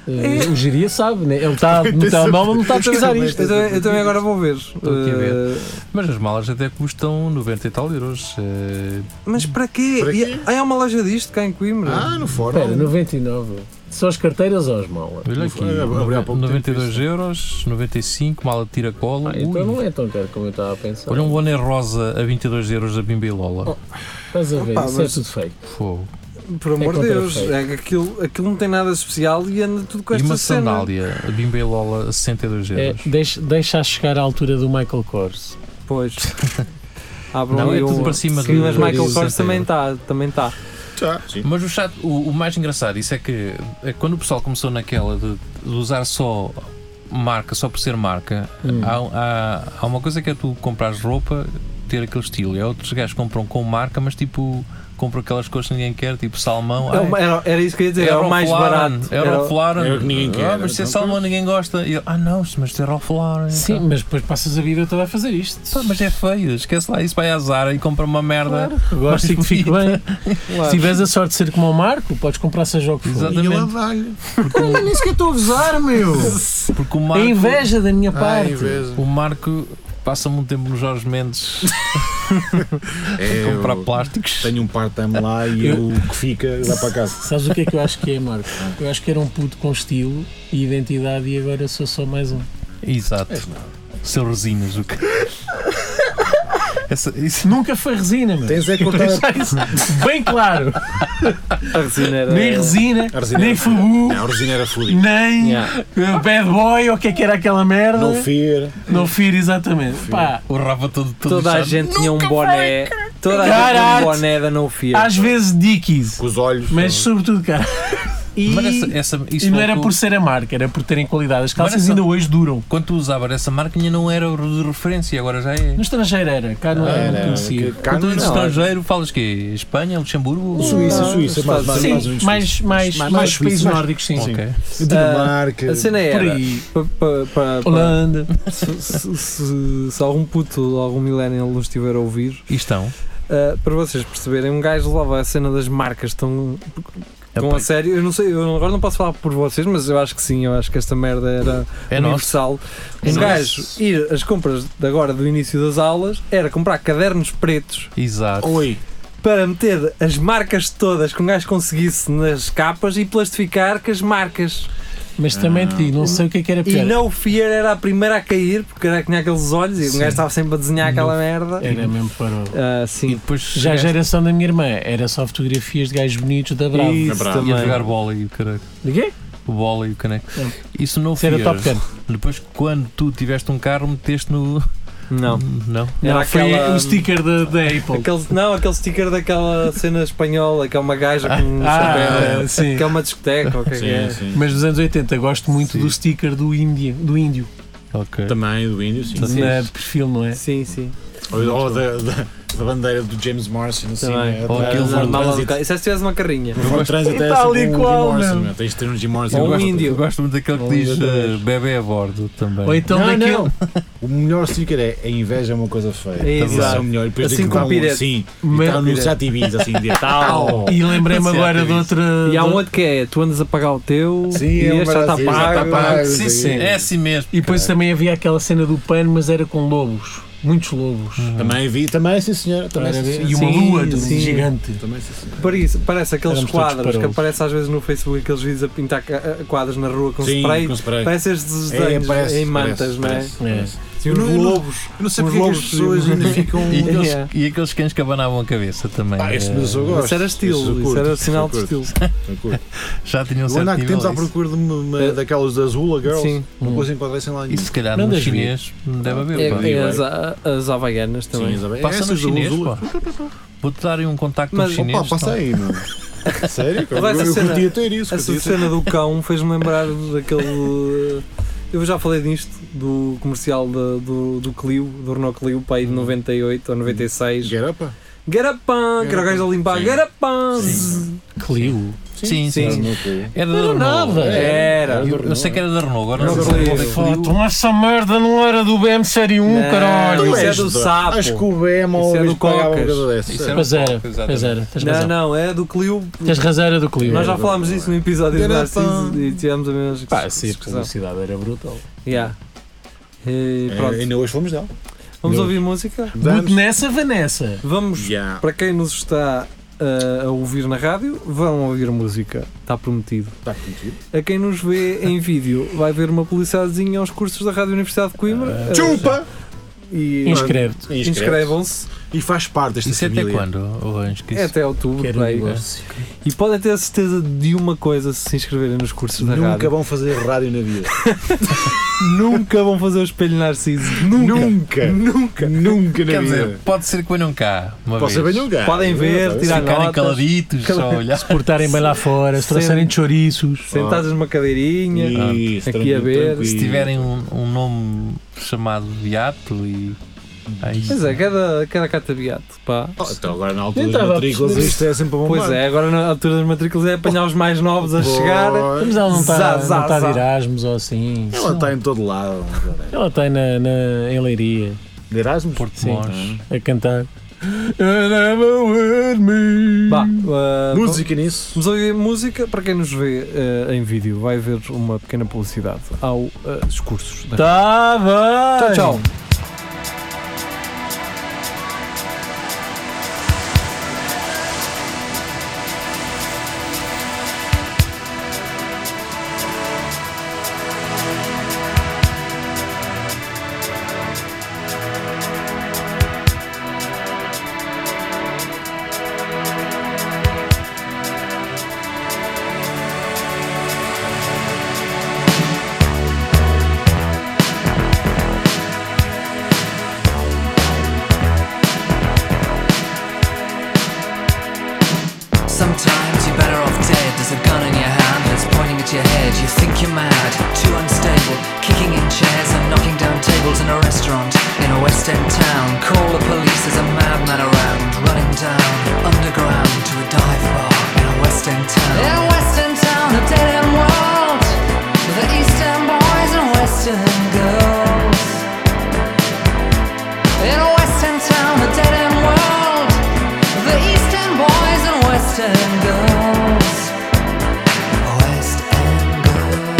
Speaker 5: Eh, O Giria sabe, né? ele está no telemóvel, não está a pesquisar isto. né?
Speaker 2: Eu também, eu também agora vou ver.
Speaker 3: aqui a ver.
Speaker 2: Eh,
Speaker 3: Mas as malas até custam 90 e tal euros. eh,
Speaker 2: Mas para quê?
Speaker 4: Para
Speaker 2: E-
Speaker 4: quê?
Speaker 2: Ah, é uma loja disto cá em Coimbra.
Speaker 4: Ah, no fórum.
Speaker 5: Espera, 99. Só as carteiras ou as malas?
Speaker 3: Olha
Speaker 4: Não
Speaker 3: aqui,
Speaker 4: foi- abriu há pouco
Speaker 3: 92
Speaker 4: tempo
Speaker 3: euros, 95, mala de tira-cola.
Speaker 5: Ah, então
Speaker 3: Ui.
Speaker 5: não é tão caro como eu estava a pensar.
Speaker 3: Olha um boné rosa a 22 euros da Bimba e Lola.
Speaker 5: Estás a ver,
Speaker 2: Opa,
Speaker 5: isso é
Speaker 2: mas-
Speaker 5: tudo feio.
Speaker 3: Fogo.
Speaker 2: Por amor
Speaker 5: É
Speaker 2: de Deus,
Speaker 5: contrafeito.
Speaker 2: é que aquilo, aquilo não tem nada de especial e anda tudo com
Speaker 3: E
Speaker 2: esta
Speaker 3: uma
Speaker 2: cena.
Speaker 3: sandália, a Bimba e Lola, a 62
Speaker 5: É,
Speaker 3: euros.
Speaker 5: deixa, deixa chegar à altura do Michael Kors.
Speaker 2: Pois. Abram
Speaker 3: Não,
Speaker 2: ali
Speaker 3: é tudo
Speaker 2: um-
Speaker 3: para cima
Speaker 2: Sim,
Speaker 3: do-
Speaker 2: mas
Speaker 5: do
Speaker 2: Michael
Speaker 5: Rio
Speaker 2: Kors
Speaker 3: Santa
Speaker 2: também
Speaker 3: Helena.
Speaker 2: está. Também tá.
Speaker 4: Tá, sim.
Speaker 3: Mas o, chato, o, o mais engraçado isso é que é quando o pessoal começou naquela de, de usar só marca, só por ser marca,
Speaker 5: Hum.
Speaker 3: há, um, há, há uma coisa que é tu comprares roupa, ter aquele estilo, e há outros gajos que compram com marca, mas tipo compram aquelas coisas que ninguém quer, tipo salmão.
Speaker 2: É
Speaker 3: ai,
Speaker 2: o- era, era isso que eu ia dizer, era o mais
Speaker 3: Aeroflaren,
Speaker 2: barato.
Speaker 3: Aeroflaren.
Speaker 4: Era o que ninguém
Speaker 3: Ah,
Speaker 4: quer,
Speaker 3: mas se é
Speaker 4: então
Speaker 3: salmão
Speaker 4: pronto.
Speaker 3: ninguém gosta. E eu, ah, não, mas Aeroflaren.
Speaker 5: Sim,
Speaker 3: então.
Speaker 5: mas depois passas a vida toda a fazer isto.
Speaker 3: Pá, mas é feio, esquece lá isso, vai à Zara e compra uma merda.
Speaker 5: Gosto e
Speaker 3: (laughs)
Speaker 5: que fique bem. Se
Speaker 2: Claro.
Speaker 5: tiveres a sorte de ser como o Marco, podes comprar seja o que for.
Speaker 3: Exato.
Speaker 4: E ele
Speaker 3: Exatamente.
Speaker 4: a dar-lhe. Caralho, nem sequer estou a usar, meu.
Speaker 3: Porque o
Speaker 5: A
Speaker 3: Marco,
Speaker 5: É inveja da minha
Speaker 4: Ai,
Speaker 5: parte.
Speaker 4: veja.
Speaker 3: o Marco passa muito tempo nos Jorge Mendes
Speaker 4: É, eu
Speaker 3: comprar plásticos.
Speaker 4: Tenho um part-time lá e
Speaker 5: Eu-
Speaker 4: o que fica dá para casa.
Speaker 5: Sabes o que é que eu acho que é, Marco? Eu acho que era um puto com estilo e identidade e agora sou só mais um.
Speaker 3: Exato. Seu Rosinas, o que. Essa, isso,
Speaker 5: Nunca foi resina, (laughs) meu.
Speaker 4: Tens é que cortar
Speaker 5: Deixar isso bem claro.
Speaker 2: A resina era.
Speaker 5: Nem resina,
Speaker 4: A resina
Speaker 5: nem
Speaker 4: era-
Speaker 5: fubu,
Speaker 4: a origem era fodida.
Speaker 5: nem
Speaker 2: Yeah.
Speaker 5: eh, bad boy, ou o que é que era aquela merda.
Speaker 4: Não fear.
Speaker 5: No fear, exatamente. Pá,
Speaker 3: o Rafa todo, todo
Speaker 2: Toda a
Speaker 3: lixado.
Speaker 2: gente tinha um boné. Toda a gente tinha um
Speaker 5: Caralho.
Speaker 2: boné da No Fear.
Speaker 5: às vezes dickies,
Speaker 4: Com os olhos.
Speaker 5: mas sobretudo, cara. E,
Speaker 3: Mas essa, essa, isso
Speaker 5: e não era
Speaker 3: tu-
Speaker 5: por ser a marca, era por terem qualidade. As calças
Speaker 3: Mas essa-
Speaker 5: ainda hoje duram.
Speaker 3: Quando tu usavas essa marca, ainda não era de referência, agora já é.
Speaker 5: No estrangeiro era, cá não
Speaker 4: Ah,
Speaker 5: era,
Speaker 4: era,
Speaker 5: não conhecia.
Speaker 4: que- cá
Speaker 3: Quando tu
Speaker 4: não- é
Speaker 3: és
Speaker 2: não.
Speaker 3: estrangeiro, falas que é Espanha, Luxemburgo?
Speaker 4: Suíça, Suíça, mais, mais,
Speaker 2: Sim,
Speaker 4: mais, um
Speaker 5: Sim, mais, mais,
Speaker 4: mais-
Speaker 5: mais,
Speaker 4: mais
Speaker 5: países
Speaker 4: suíços, mais-
Speaker 5: nórdicos, sim.
Speaker 3: Ok.
Speaker 4: Dinamarca.
Speaker 2: ah, A cena
Speaker 5: Por
Speaker 2: era.
Speaker 5: aí,
Speaker 2: pa- pa- pa- pa-
Speaker 5: Holanda.
Speaker 2: se, se- se- se algum puto, algum millennial nos estiver a ouvir,
Speaker 3: E estão.
Speaker 2: ah, para vocês perceberem, um gajo leva a cena das marcas tão, tão a
Speaker 3: Epá,
Speaker 2: sério. Eu não sei, eu agora não posso falar por vocês, mas eu acho que sim, eu acho que esta merda era
Speaker 3: É nosso.
Speaker 2: universal.
Speaker 3: É
Speaker 2: um
Speaker 3: nosso.
Speaker 2: gajo ir às compras de agora do início das aulas era comprar cadernos pretos
Speaker 3: Exato.
Speaker 4: Oi.
Speaker 2: para meter as marcas todas que um gajo conseguisse nas capas e plastificar com as marcas.
Speaker 5: Mas também te digo, não sei o que é que era
Speaker 2: E
Speaker 5: pior.
Speaker 2: No Fear era a primeira a cair, porque era que tinha aqueles olhos e o
Speaker 5: Sim.
Speaker 2: gajo estava sempre a desenhar aquela merda.
Speaker 5: Era mesmo para.
Speaker 2: Ah,
Speaker 3: E
Speaker 2: sim.
Speaker 3: depois
Speaker 5: Já a
Speaker 3: chegaste
Speaker 5: geração da minha irmã era só fotografias de gajos bonitos da Bravo.
Speaker 2: Isso
Speaker 4: Bravo.
Speaker 3: e a jogar
Speaker 2: também.
Speaker 3: bola e o caralho.
Speaker 5: De quê?
Speaker 3: O bola e o caneco.
Speaker 5: Não.
Speaker 3: Isso não
Speaker 5: Isso era Top
Speaker 3: foi.
Speaker 5: Gun.
Speaker 3: Depois, quando tu tiveste um carro, meteste no.
Speaker 2: Não.
Speaker 3: Não. um
Speaker 2: Era
Speaker 5: Não, foi
Speaker 2: aquela-
Speaker 5: o sticker da, da Apple.
Speaker 2: Aquele, não, aquele sticker daquela cena espanhola, que é uma gaja com um
Speaker 5: Ah,
Speaker 2: chapéu,
Speaker 5: sim.
Speaker 2: que é uma discoteca, ou o que é que
Speaker 4: Sim,
Speaker 2: é?
Speaker 4: sim.
Speaker 5: Mas dos anos 80 gosto muito
Speaker 3: Sim.
Speaker 5: do sticker do índio, do índio
Speaker 3: Ok.
Speaker 4: Também do índio, sim.
Speaker 2: Sim.
Speaker 5: na de perfil, não é?
Speaker 2: Sim, sim.
Speaker 4: Ou, ou da, da, da bandeira do James Morrison, assim.
Speaker 2: Também.
Speaker 4: né?
Speaker 3: Ou
Speaker 4: Atrás,
Speaker 3: aquele
Speaker 2: Uma
Speaker 4: no
Speaker 2: mala do
Speaker 4: trânsito.
Speaker 2: carro. E se tivesse uma carrinha?
Speaker 4: No trânsito é
Speaker 5: Tá
Speaker 4: assim,
Speaker 5: ali
Speaker 4: um Jim
Speaker 5: qual,
Speaker 4: Morrison,
Speaker 5: não?
Speaker 4: meu. Tens de ter um Jim
Speaker 2: Ou
Speaker 4: Morrison.
Speaker 2: um
Speaker 4: Eu gosto-
Speaker 2: índio.
Speaker 3: Eu gosto muito daquele que
Speaker 5: Ou
Speaker 3: diz
Speaker 5: inglês.
Speaker 3: eh, bebê a bordo também.
Speaker 5: Ou então
Speaker 4: Não,
Speaker 5: daquele.
Speaker 4: não. O melhor sticker é a inveja é uma coisa feia.
Speaker 2: É,
Speaker 4: Isso é
Speaker 2: exato.
Speaker 4: o melhor. E depois
Speaker 2: Assim
Speaker 4: tem que
Speaker 2: com a
Speaker 4: dar um
Speaker 2: pirete.
Speaker 4: assim.
Speaker 5: Mas-
Speaker 4: E está no chat assim,
Speaker 2: (laughs)
Speaker 4: de tal.
Speaker 5: Oh. E lembrei-me
Speaker 3: Sim,
Speaker 5: agora
Speaker 3: é
Speaker 5: de outra.
Speaker 2: E há
Speaker 5: de-
Speaker 2: um outro que é, tu andas a pagar o teu
Speaker 4: Sim,
Speaker 2: e
Speaker 4: é um
Speaker 2: este já está
Speaker 4: barato, já está
Speaker 2: pago.
Speaker 4: pago.
Speaker 3: Sim, sim. É assim mesmo.
Speaker 5: E depois também havia aquela cena do pano, mas era com lobos. Muitos lobos.
Speaker 4: Também vi, também sim senhor. Também
Speaker 5: Era-
Speaker 4: sim senhor.
Speaker 5: e uma
Speaker 2: Hum. Sim,
Speaker 5: lua de- um
Speaker 2: sim.
Speaker 5: gigante.
Speaker 4: Também sim senhor.
Speaker 2: Parece, parece aqueles
Speaker 5: Éramos todos
Speaker 2: quadros que
Speaker 5: parvos.
Speaker 2: aparecem às vezes no Facebook, aqueles vídeos a pintar ca- quadros na rua com
Speaker 4: Sim,
Speaker 2: spray.
Speaker 4: com spray.
Speaker 2: Parece estes
Speaker 4: É,
Speaker 2: desenhos
Speaker 4: parece,
Speaker 2: em mantas,
Speaker 4: parece,
Speaker 2: não é?
Speaker 4: parece, parece.
Speaker 2: Sim, os
Speaker 4: Eu não- eu não-
Speaker 2: lobos.
Speaker 4: Eu não sei
Speaker 2: Os
Speaker 4: porque é que as
Speaker 2: lobos-
Speaker 4: pessoas ainda ficam.
Speaker 3: E aqueles,
Speaker 2: Yeah.
Speaker 3: e aqueles cães que abanavam a cabeça também.
Speaker 4: Ah, esse
Speaker 3: eh,
Speaker 4: mas eu gosto.
Speaker 2: Isso era
Speaker 4: Esse eu
Speaker 2: estilo, isso
Speaker 4: curto,
Speaker 2: era
Speaker 4: esse
Speaker 2: sinal
Speaker 4: eu
Speaker 2: de
Speaker 4: curto,
Speaker 2: estilo.
Speaker 4: eu curto.
Speaker 3: já tinham
Speaker 4: Eu ando há
Speaker 3: certo
Speaker 4: que tempos
Speaker 3: nível.
Speaker 4: à
Speaker 3: Isso.
Speaker 4: procura de uma, uma, daquelas das Hula Girls.
Speaker 2: Sim.
Speaker 5: Hum.
Speaker 4: Não consigo encontrar sem lá
Speaker 3: E
Speaker 4: nenhum.
Speaker 3: se calhar
Speaker 5: Não
Speaker 3: no
Speaker 5: das vi.
Speaker 3: chinês não deve haver.
Speaker 2: É,
Speaker 3: pá.
Speaker 2: é as, as havaianas
Speaker 4: Sim,
Speaker 2: também.
Speaker 4: Isabel.
Speaker 3: Passa no
Speaker 4: é, Essas
Speaker 3: chinês,
Speaker 4: Hula-
Speaker 3: pá. Vou-te dar aí um contacto
Speaker 2: Mas,
Speaker 3: no
Speaker 4: Opa,
Speaker 3: chinês.
Speaker 4: passa
Speaker 3: tá?
Speaker 4: aí, mano. Sério? Eu,
Speaker 2: Mas essa
Speaker 4: eu
Speaker 2: cena-
Speaker 4: curtia ter isso.
Speaker 2: Essa
Speaker 4: curtia ter.
Speaker 2: cena do cão fez-me lembrar daquele. eh, Eu já falei disto, do comercial da- do, do Clio, do Renault Clio, para
Speaker 4: Uhum.
Speaker 2: aí de 98 ou 96.
Speaker 4: Get up, pá.
Speaker 2: Garapã, que era o gajo a limpar.
Speaker 4: Uhum. Sim.
Speaker 2: Garapã!
Speaker 4: Sim.
Speaker 5: Clio.
Speaker 3: Sim, sim.
Speaker 4: Era
Speaker 2: Sim.
Speaker 4: no cu.
Speaker 3: Era da
Speaker 5: Não era
Speaker 3: Renault.
Speaker 5: nada.
Speaker 2: Era.
Speaker 3: Eu, eu sei que era da Renault, agora não
Speaker 2: Não,
Speaker 3: sei.
Speaker 2: Clio.
Speaker 3: se
Speaker 5: Pá,
Speaker 3: era Clio.
Speaker 5: então essa merda não era do BM Série 1,
Speaker 2: Não,
Speaker 5: caralho.
Speaker 2: Isso é
Speaker 4: és
Speaker 2: do
Speaker 4: doido.
Speaker 2: sapo.
Speaker 4: Acho que o BM
Speaker 2: Isso é
Speaker 4: uma
Speaker 2: do
Speaker 4: pagava uma
Speaker 2: Cocas.
Speaker 4: coisa
Speaker 3: Isso é
Speaker 4: dessa.
Speaker 3: era-
Speaker 5: Pois era,
Speaker 3: Exatamente.
Speaker 5: pois era. Tens
Speaker 2: Não,
Speaker 5: razão.
Speaker 2: não, é do Clio.
Speaker 5: Tens razão, era do Clio.
Speaker 2: Nós já
Speaker 4: É,
Speaker 2: falámos disso no episódio de
Speaker 4: Garapã.
Speaker 2: Narciso e tivemos a mesma
Speaker 5: Pá, sim, a
Speaker 2: discussão.
Speaker 5: publicidade era brutal.
Speaker 2: Yeah. E pronto.
Speaker 4: É, Ainda hoje fomos dela.
Speaker 2: Vamos
Speaker 5: não.
Speaker 2: ouvir música?
Speaker 5: Muito nessa, Vanessa.
Speaker 2: Vamos
Speaker 4: Yeah.
Speaker 2: Para quem nos está uh, a ouvir na rádio, vão ouvir música, está prometido.
Speaker 4: Está contigo.
Speaker 2: A quem nos vê em vídeo, vai ver uma publicidadezinha
Speaker 3: Eh,
Speaker 4: Ah.
Speaker 2: aos cursos da Rádio Universidade de Coimbra. uh,
Speaker 4: Chupa!
Speaker 2: Ah, E
Speaker 5: Inscreve-te.
Speaker 2: inscrevam-se.
Speaker 4: E faz parte desta
Speaker 3: Isso é até
Speaker 4: família.
Speaker 3: quando? Oh, Anjo, que
Speaker 2: É
Speaker 3: isso-
Speaker 2: até outubro,
Speaker 5: Quero um
Speaker 2: por aí.
Speaker 5: negócio.
Speaker 2: E podem ter a certeza de uma coisa se se inscreverem nos cursos
Speaker 3: é
Speaker 2: da
Speaker 4: Nunca
Speaker 2: rádio.
Speaker 4: vão fazer rádio
Speaker 3: (laughs)
Speaker 4: na vida.
Speaker 2: Nunca vão fazer o espelho Narciso. Nunca.
Speaker 4: Nunca.
Speaker 2: Nunca.
Speaker 4: Nunca na
Speaker 3: Quer
Speaker 4: vida.
Speaker 3: dizer, pode ser que venham cá. Uma
Speaker 4: Posso
Speaker 3: vez.
Speaker 4: saber nunca.
Speaker 2: Podem ver,
Speaker 4: Não,
Speaker 2: tirar-
Speaker 3: Ficarem
Speaker 2: notas.
Speaker 3: caladitos, só a olhar.
Speaker 5: Se portarem bem lá fora, se trouxerem (laughs) chouriços.
Speaker 2: Sentados numa cadeirinha.
Speaker 4: Isso,
Speaker 2: aqui
Speaker 4: tranquilo,
Speaker 2: a ver,
Speaker 4: tranquilo.
Speaker 3: Se tiverem um, um nome chamado Beato e. ah, Ai,
Speaker 2: Pois é, cada, cada catabiato, pá.
Speaker 4: Oh, então agora na altura
Speaker 5: Nem
Speaker 4: das
Speaker 5: estava a
Speaker 4: matrículas
Speaker 5: perceber.
Speaker 4: isto é sempre bom.
Speaker 2: Pois é, agora na altura das matrículas é apanhar os mais novos a chegar.
Speaker 5: Mas ela não
Speaker 2: Zá,
Speaker 5: está
Speaker 2: zá,
Speaker 5: não tá
Speaker 2: zá.
Speaker 5: de Erasmus ou assim.
Speaker 4: Ela está em todo lado.
Speaker 5: Ela está na, na, em Leiria
Speaker 4: De Erasmus?
Speaker 3: Porto de
Speaker 5: Sim.
Speaker 3: Mons.
Speaker 5: a cantar.
Speaker 4: Uhum.
Speaker 5: And I'm with me.
Speaker 2: Bah, ah,
Speaker 4: Música nisso.
Speaker 2: Vamos ouvir música para quem nos vê eh, em vídeo. Vai ver uma pequena publicidade ao eh, dos cursos. da-
Speaker 5: Tá bem.
Speaker 2: Então, Tchau, tchau.
Speaker 6: Sometimes you're better off dead. There's a gun in your hand that's pointing at your head. You think you're mad, too unstable. Kicking in chairs and knocking down tables in a restaurant in a West End town. Call the police, there's a madman around. Running down underground to a dive bar in a West End town. In a West End town, a dead end world. With the Eastern boys and Western girls. In a Western town, a dead end world. The Eastern boys and Western girls. West End girls.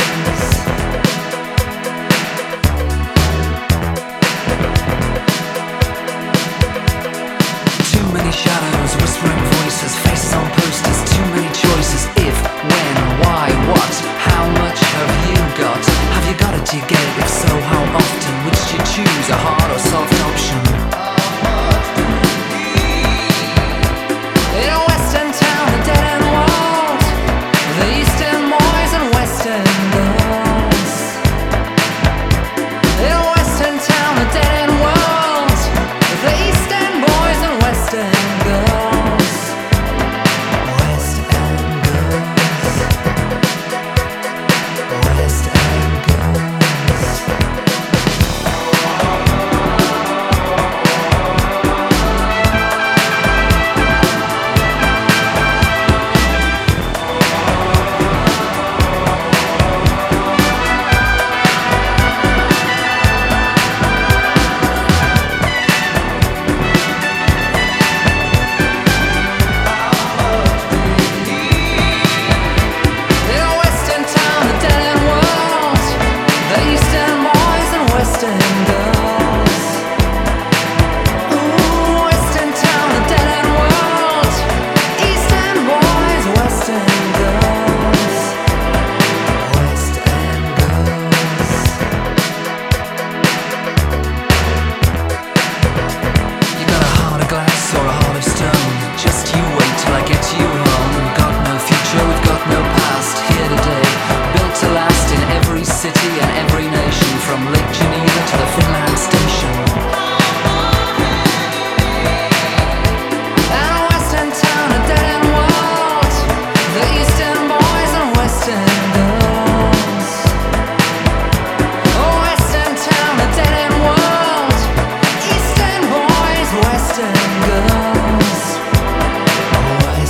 Speaker 6: Too many shadows, whispering voices, faces on posters, too many choices. If, when, why, what, how much have you got? Have you got it? Do you get it? If so, how often? Which do you choose, a hard or soft option? In a western town, a dead end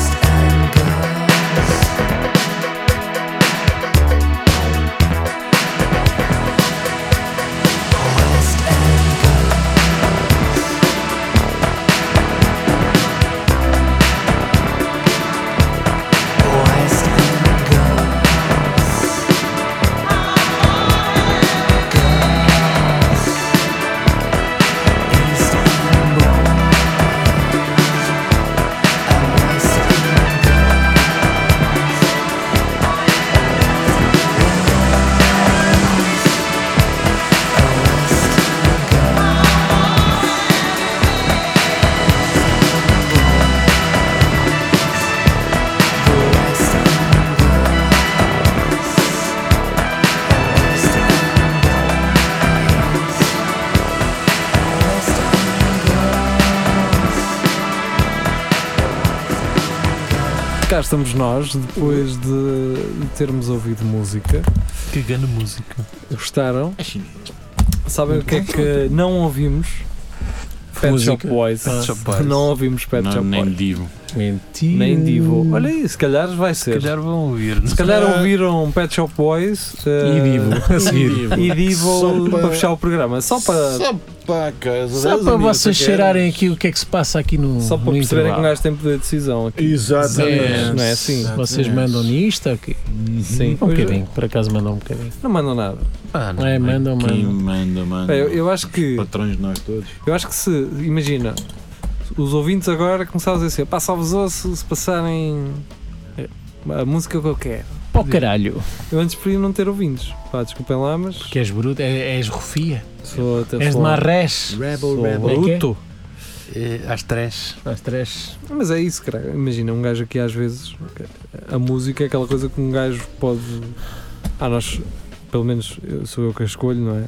Speaker 6: Oh,
Speaker 2: cá estamos nós, depois de termos ouvido música.
Speaker 3: Que grande música.
Speaker 2: Gostaram?
Speaker 4: É chinês.
Speaker 2: Sabem o que é que não ouvimos? Pet Shop
Speaker 5: Música.
Speaker 2: Boys.
Speaker 5: Ah.
Speaker 3: Shop Boys.
Speaker 2: Não ouvimos Pet
Speaker 4: Não,
Speaker 2: Shop
Speaker 4: nem
Speaker 2: Boys.
Speaker 4: digo.
Speaker 5: Mentira.
Speaker 2: Nem Divo. Olha aí, se calhar vai ser.
Speaker 3: Se calhar vão ouvir.
Speaker 2: Se calhar ouviram Pet Shop Boys eh,
Speaker 5: E Divo, a seguir.
Speaker 2: (laughs) e Divo
Speaker 4: Só
Speaker 2: para
Speaker 4: para-
Speaker 2: fechar o programa. Só para,
Speaker 4: Só para a casa.
Speaker 5: Só
Speaker 4: das
Speaker 5: para
Speaker 4: amigas,
Speaker 5: vocês
Speaker 4: eu quero.
Speaker 5: cheirarem aqui o que é que se passa aqui no
Speaker 2: só para
Speaker 5: no
Speaker 2: perceberem que um
Speaker 5: intervalo.
Speaker 2: gajo tem poder de decisão aqui.
Speaker 4: Exatamente.
Speaker 2: Não é assim?
Speaker 5: Vocês mandam no Insta? ok?
Speaker 2: Sim,
Speaker 5: Um bocadinho, por acaso mandam um bocadinho.
Speaker 2: Não mandam nada.
Speaker 3: Ah, não.
Speaker 5: Não é? Mandam,
Speaker 4: Quem
Speaker 5: mandam.
Speaker 4: manda, manda.
Speaker 2: Bem, eu, eu acho que
Speaker 4: Patrões de nós todos.
Speaker 2: eu acho que se imagina os ouvintes agora começaram a dizer assim, pá, salve se, se passarem eh, a música que eu quero.
Speaker 5: Pó caralho.
Speaker 2: Eu antes preferia não ter ouvintes. Pá, desculpem lá, mas
Speaker 5: Que és bruto, é- és rofia,
Speaker 2: sou até
Speaker 5: és de
Speaker 2: sou-
Speaker 5: marrés.
Speaker 2: sou
Speaker 5: Como é que é?
Speaker 2: bruto.
Speaker 3: Eh, Às três.
Speaker 5: Nós três.
Speaker 2: Mas é isso, cara. Imagina, um gajo aqui às vezes. A música é aquela coisa que um gajo pode. Ah, nós. Pelo menos eu- sou eu que a escolho, não é?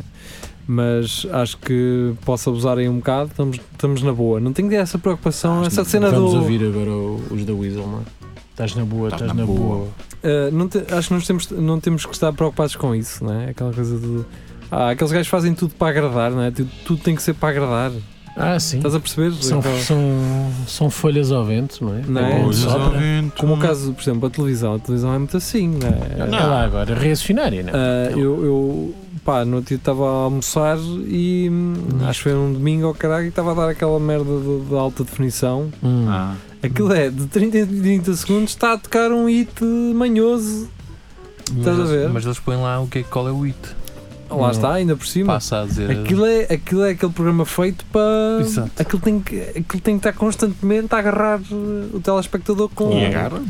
Speaker 2: Mas acho que posso abusar aí um bocado. Estamos, estamos na boa. Não tenho essa preocupação. essa cena
Speaker 5: Vamos
Speaker 2: do.
Speaker 5: ouvir agora o- os da Weasel, mano. Estás na boa, estás na boa.
Speaker 2: Ah, não te- acho que nós temos, não temos que estar preocupados com isso, não é? Aquela coisa do. Ah, aqueles gajos fazem tudo para agradar, não é? Tudo, tudo tem que ser para agradar.
Speaker 5: Ah, sim.
Speaker 2: Estás a perceber?
Speaker 5: São,
Speaker 2: Aquela-
Speaker 5: são, são folhas ao vento, não é?
Speaker 2: Não é?
Speaker 5: É bom,
Speaker 2: Folhas
Speaker 5: sopra.
Speaker 2: Como o caso, por exemplo, da televisão. A televisão é muito assim, não é?
Speaker 5: Olha lá agora, reacionária, não é?
Speaker 2: Ah, eu, eu, pá, no outro dia estava a almoçar e hum, acho que foi um domingo ao caralho e estava a dar aquela merda de, de alta definição.
Speaker 5: Hum.
Speaker 4: Ah,
Speaker 2: Aquilo é de 30 em 30 segundos, está a tocar um hit manhoso. Estás a
Speaker 3: Mas-
Speaker 2: ver?
Speaker 3: Mas eles põem lá o que é que qual é o it.
Speaker 2: Lá está, ainda por cima.
Speaker 3: Passa a dizer.
Speaker 2: Aquilo é, aquilo é aquele programa feito para.
Speaker 3: Exato.
Speaker 2: Aquilo tem, que, aquilo tem que estar constantemente a agarrar eh, o telespectador com.
Speaker 4: e agarra?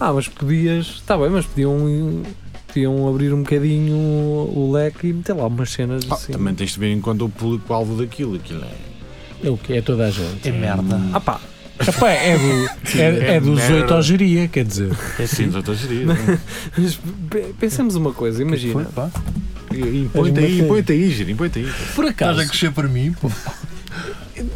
Speaker 2: Ah, mas podias. Está bem, mas podiam. Podiam abrir um bocadinho o leque e meter lá umas cenas
Speaker 4: Ah,
Speaker 2: assim.
Speaker 4: também tens de ver enquanto o público-alvo daquilo. Aquilo é.
Speaker 5: É o que é toda a gente.
Speaker 3: É merda.
Speaker 2: Ah pá,
Speaker 5: (laughs) Epá, é, do, é, é dos
Speaker 4: merda.
Speaker 5: oito ao geria, quer dizer.
Speaker 3: É
Speaker 4: Sim,
Speaker 3: assim.
Speaker 4: já estás
Speaker 2: mas pe- pensemos uma coisa, imagina.
Speaker 3: Foi, pá.
Speaker 4: Impõe-te aí, impõe-te aí, Giro, impõe-te aí.
Speaker 5: Por
Speaker 3: Estás
Speaker 5: acaso,
Speaker 3: a crescer para mim, pô.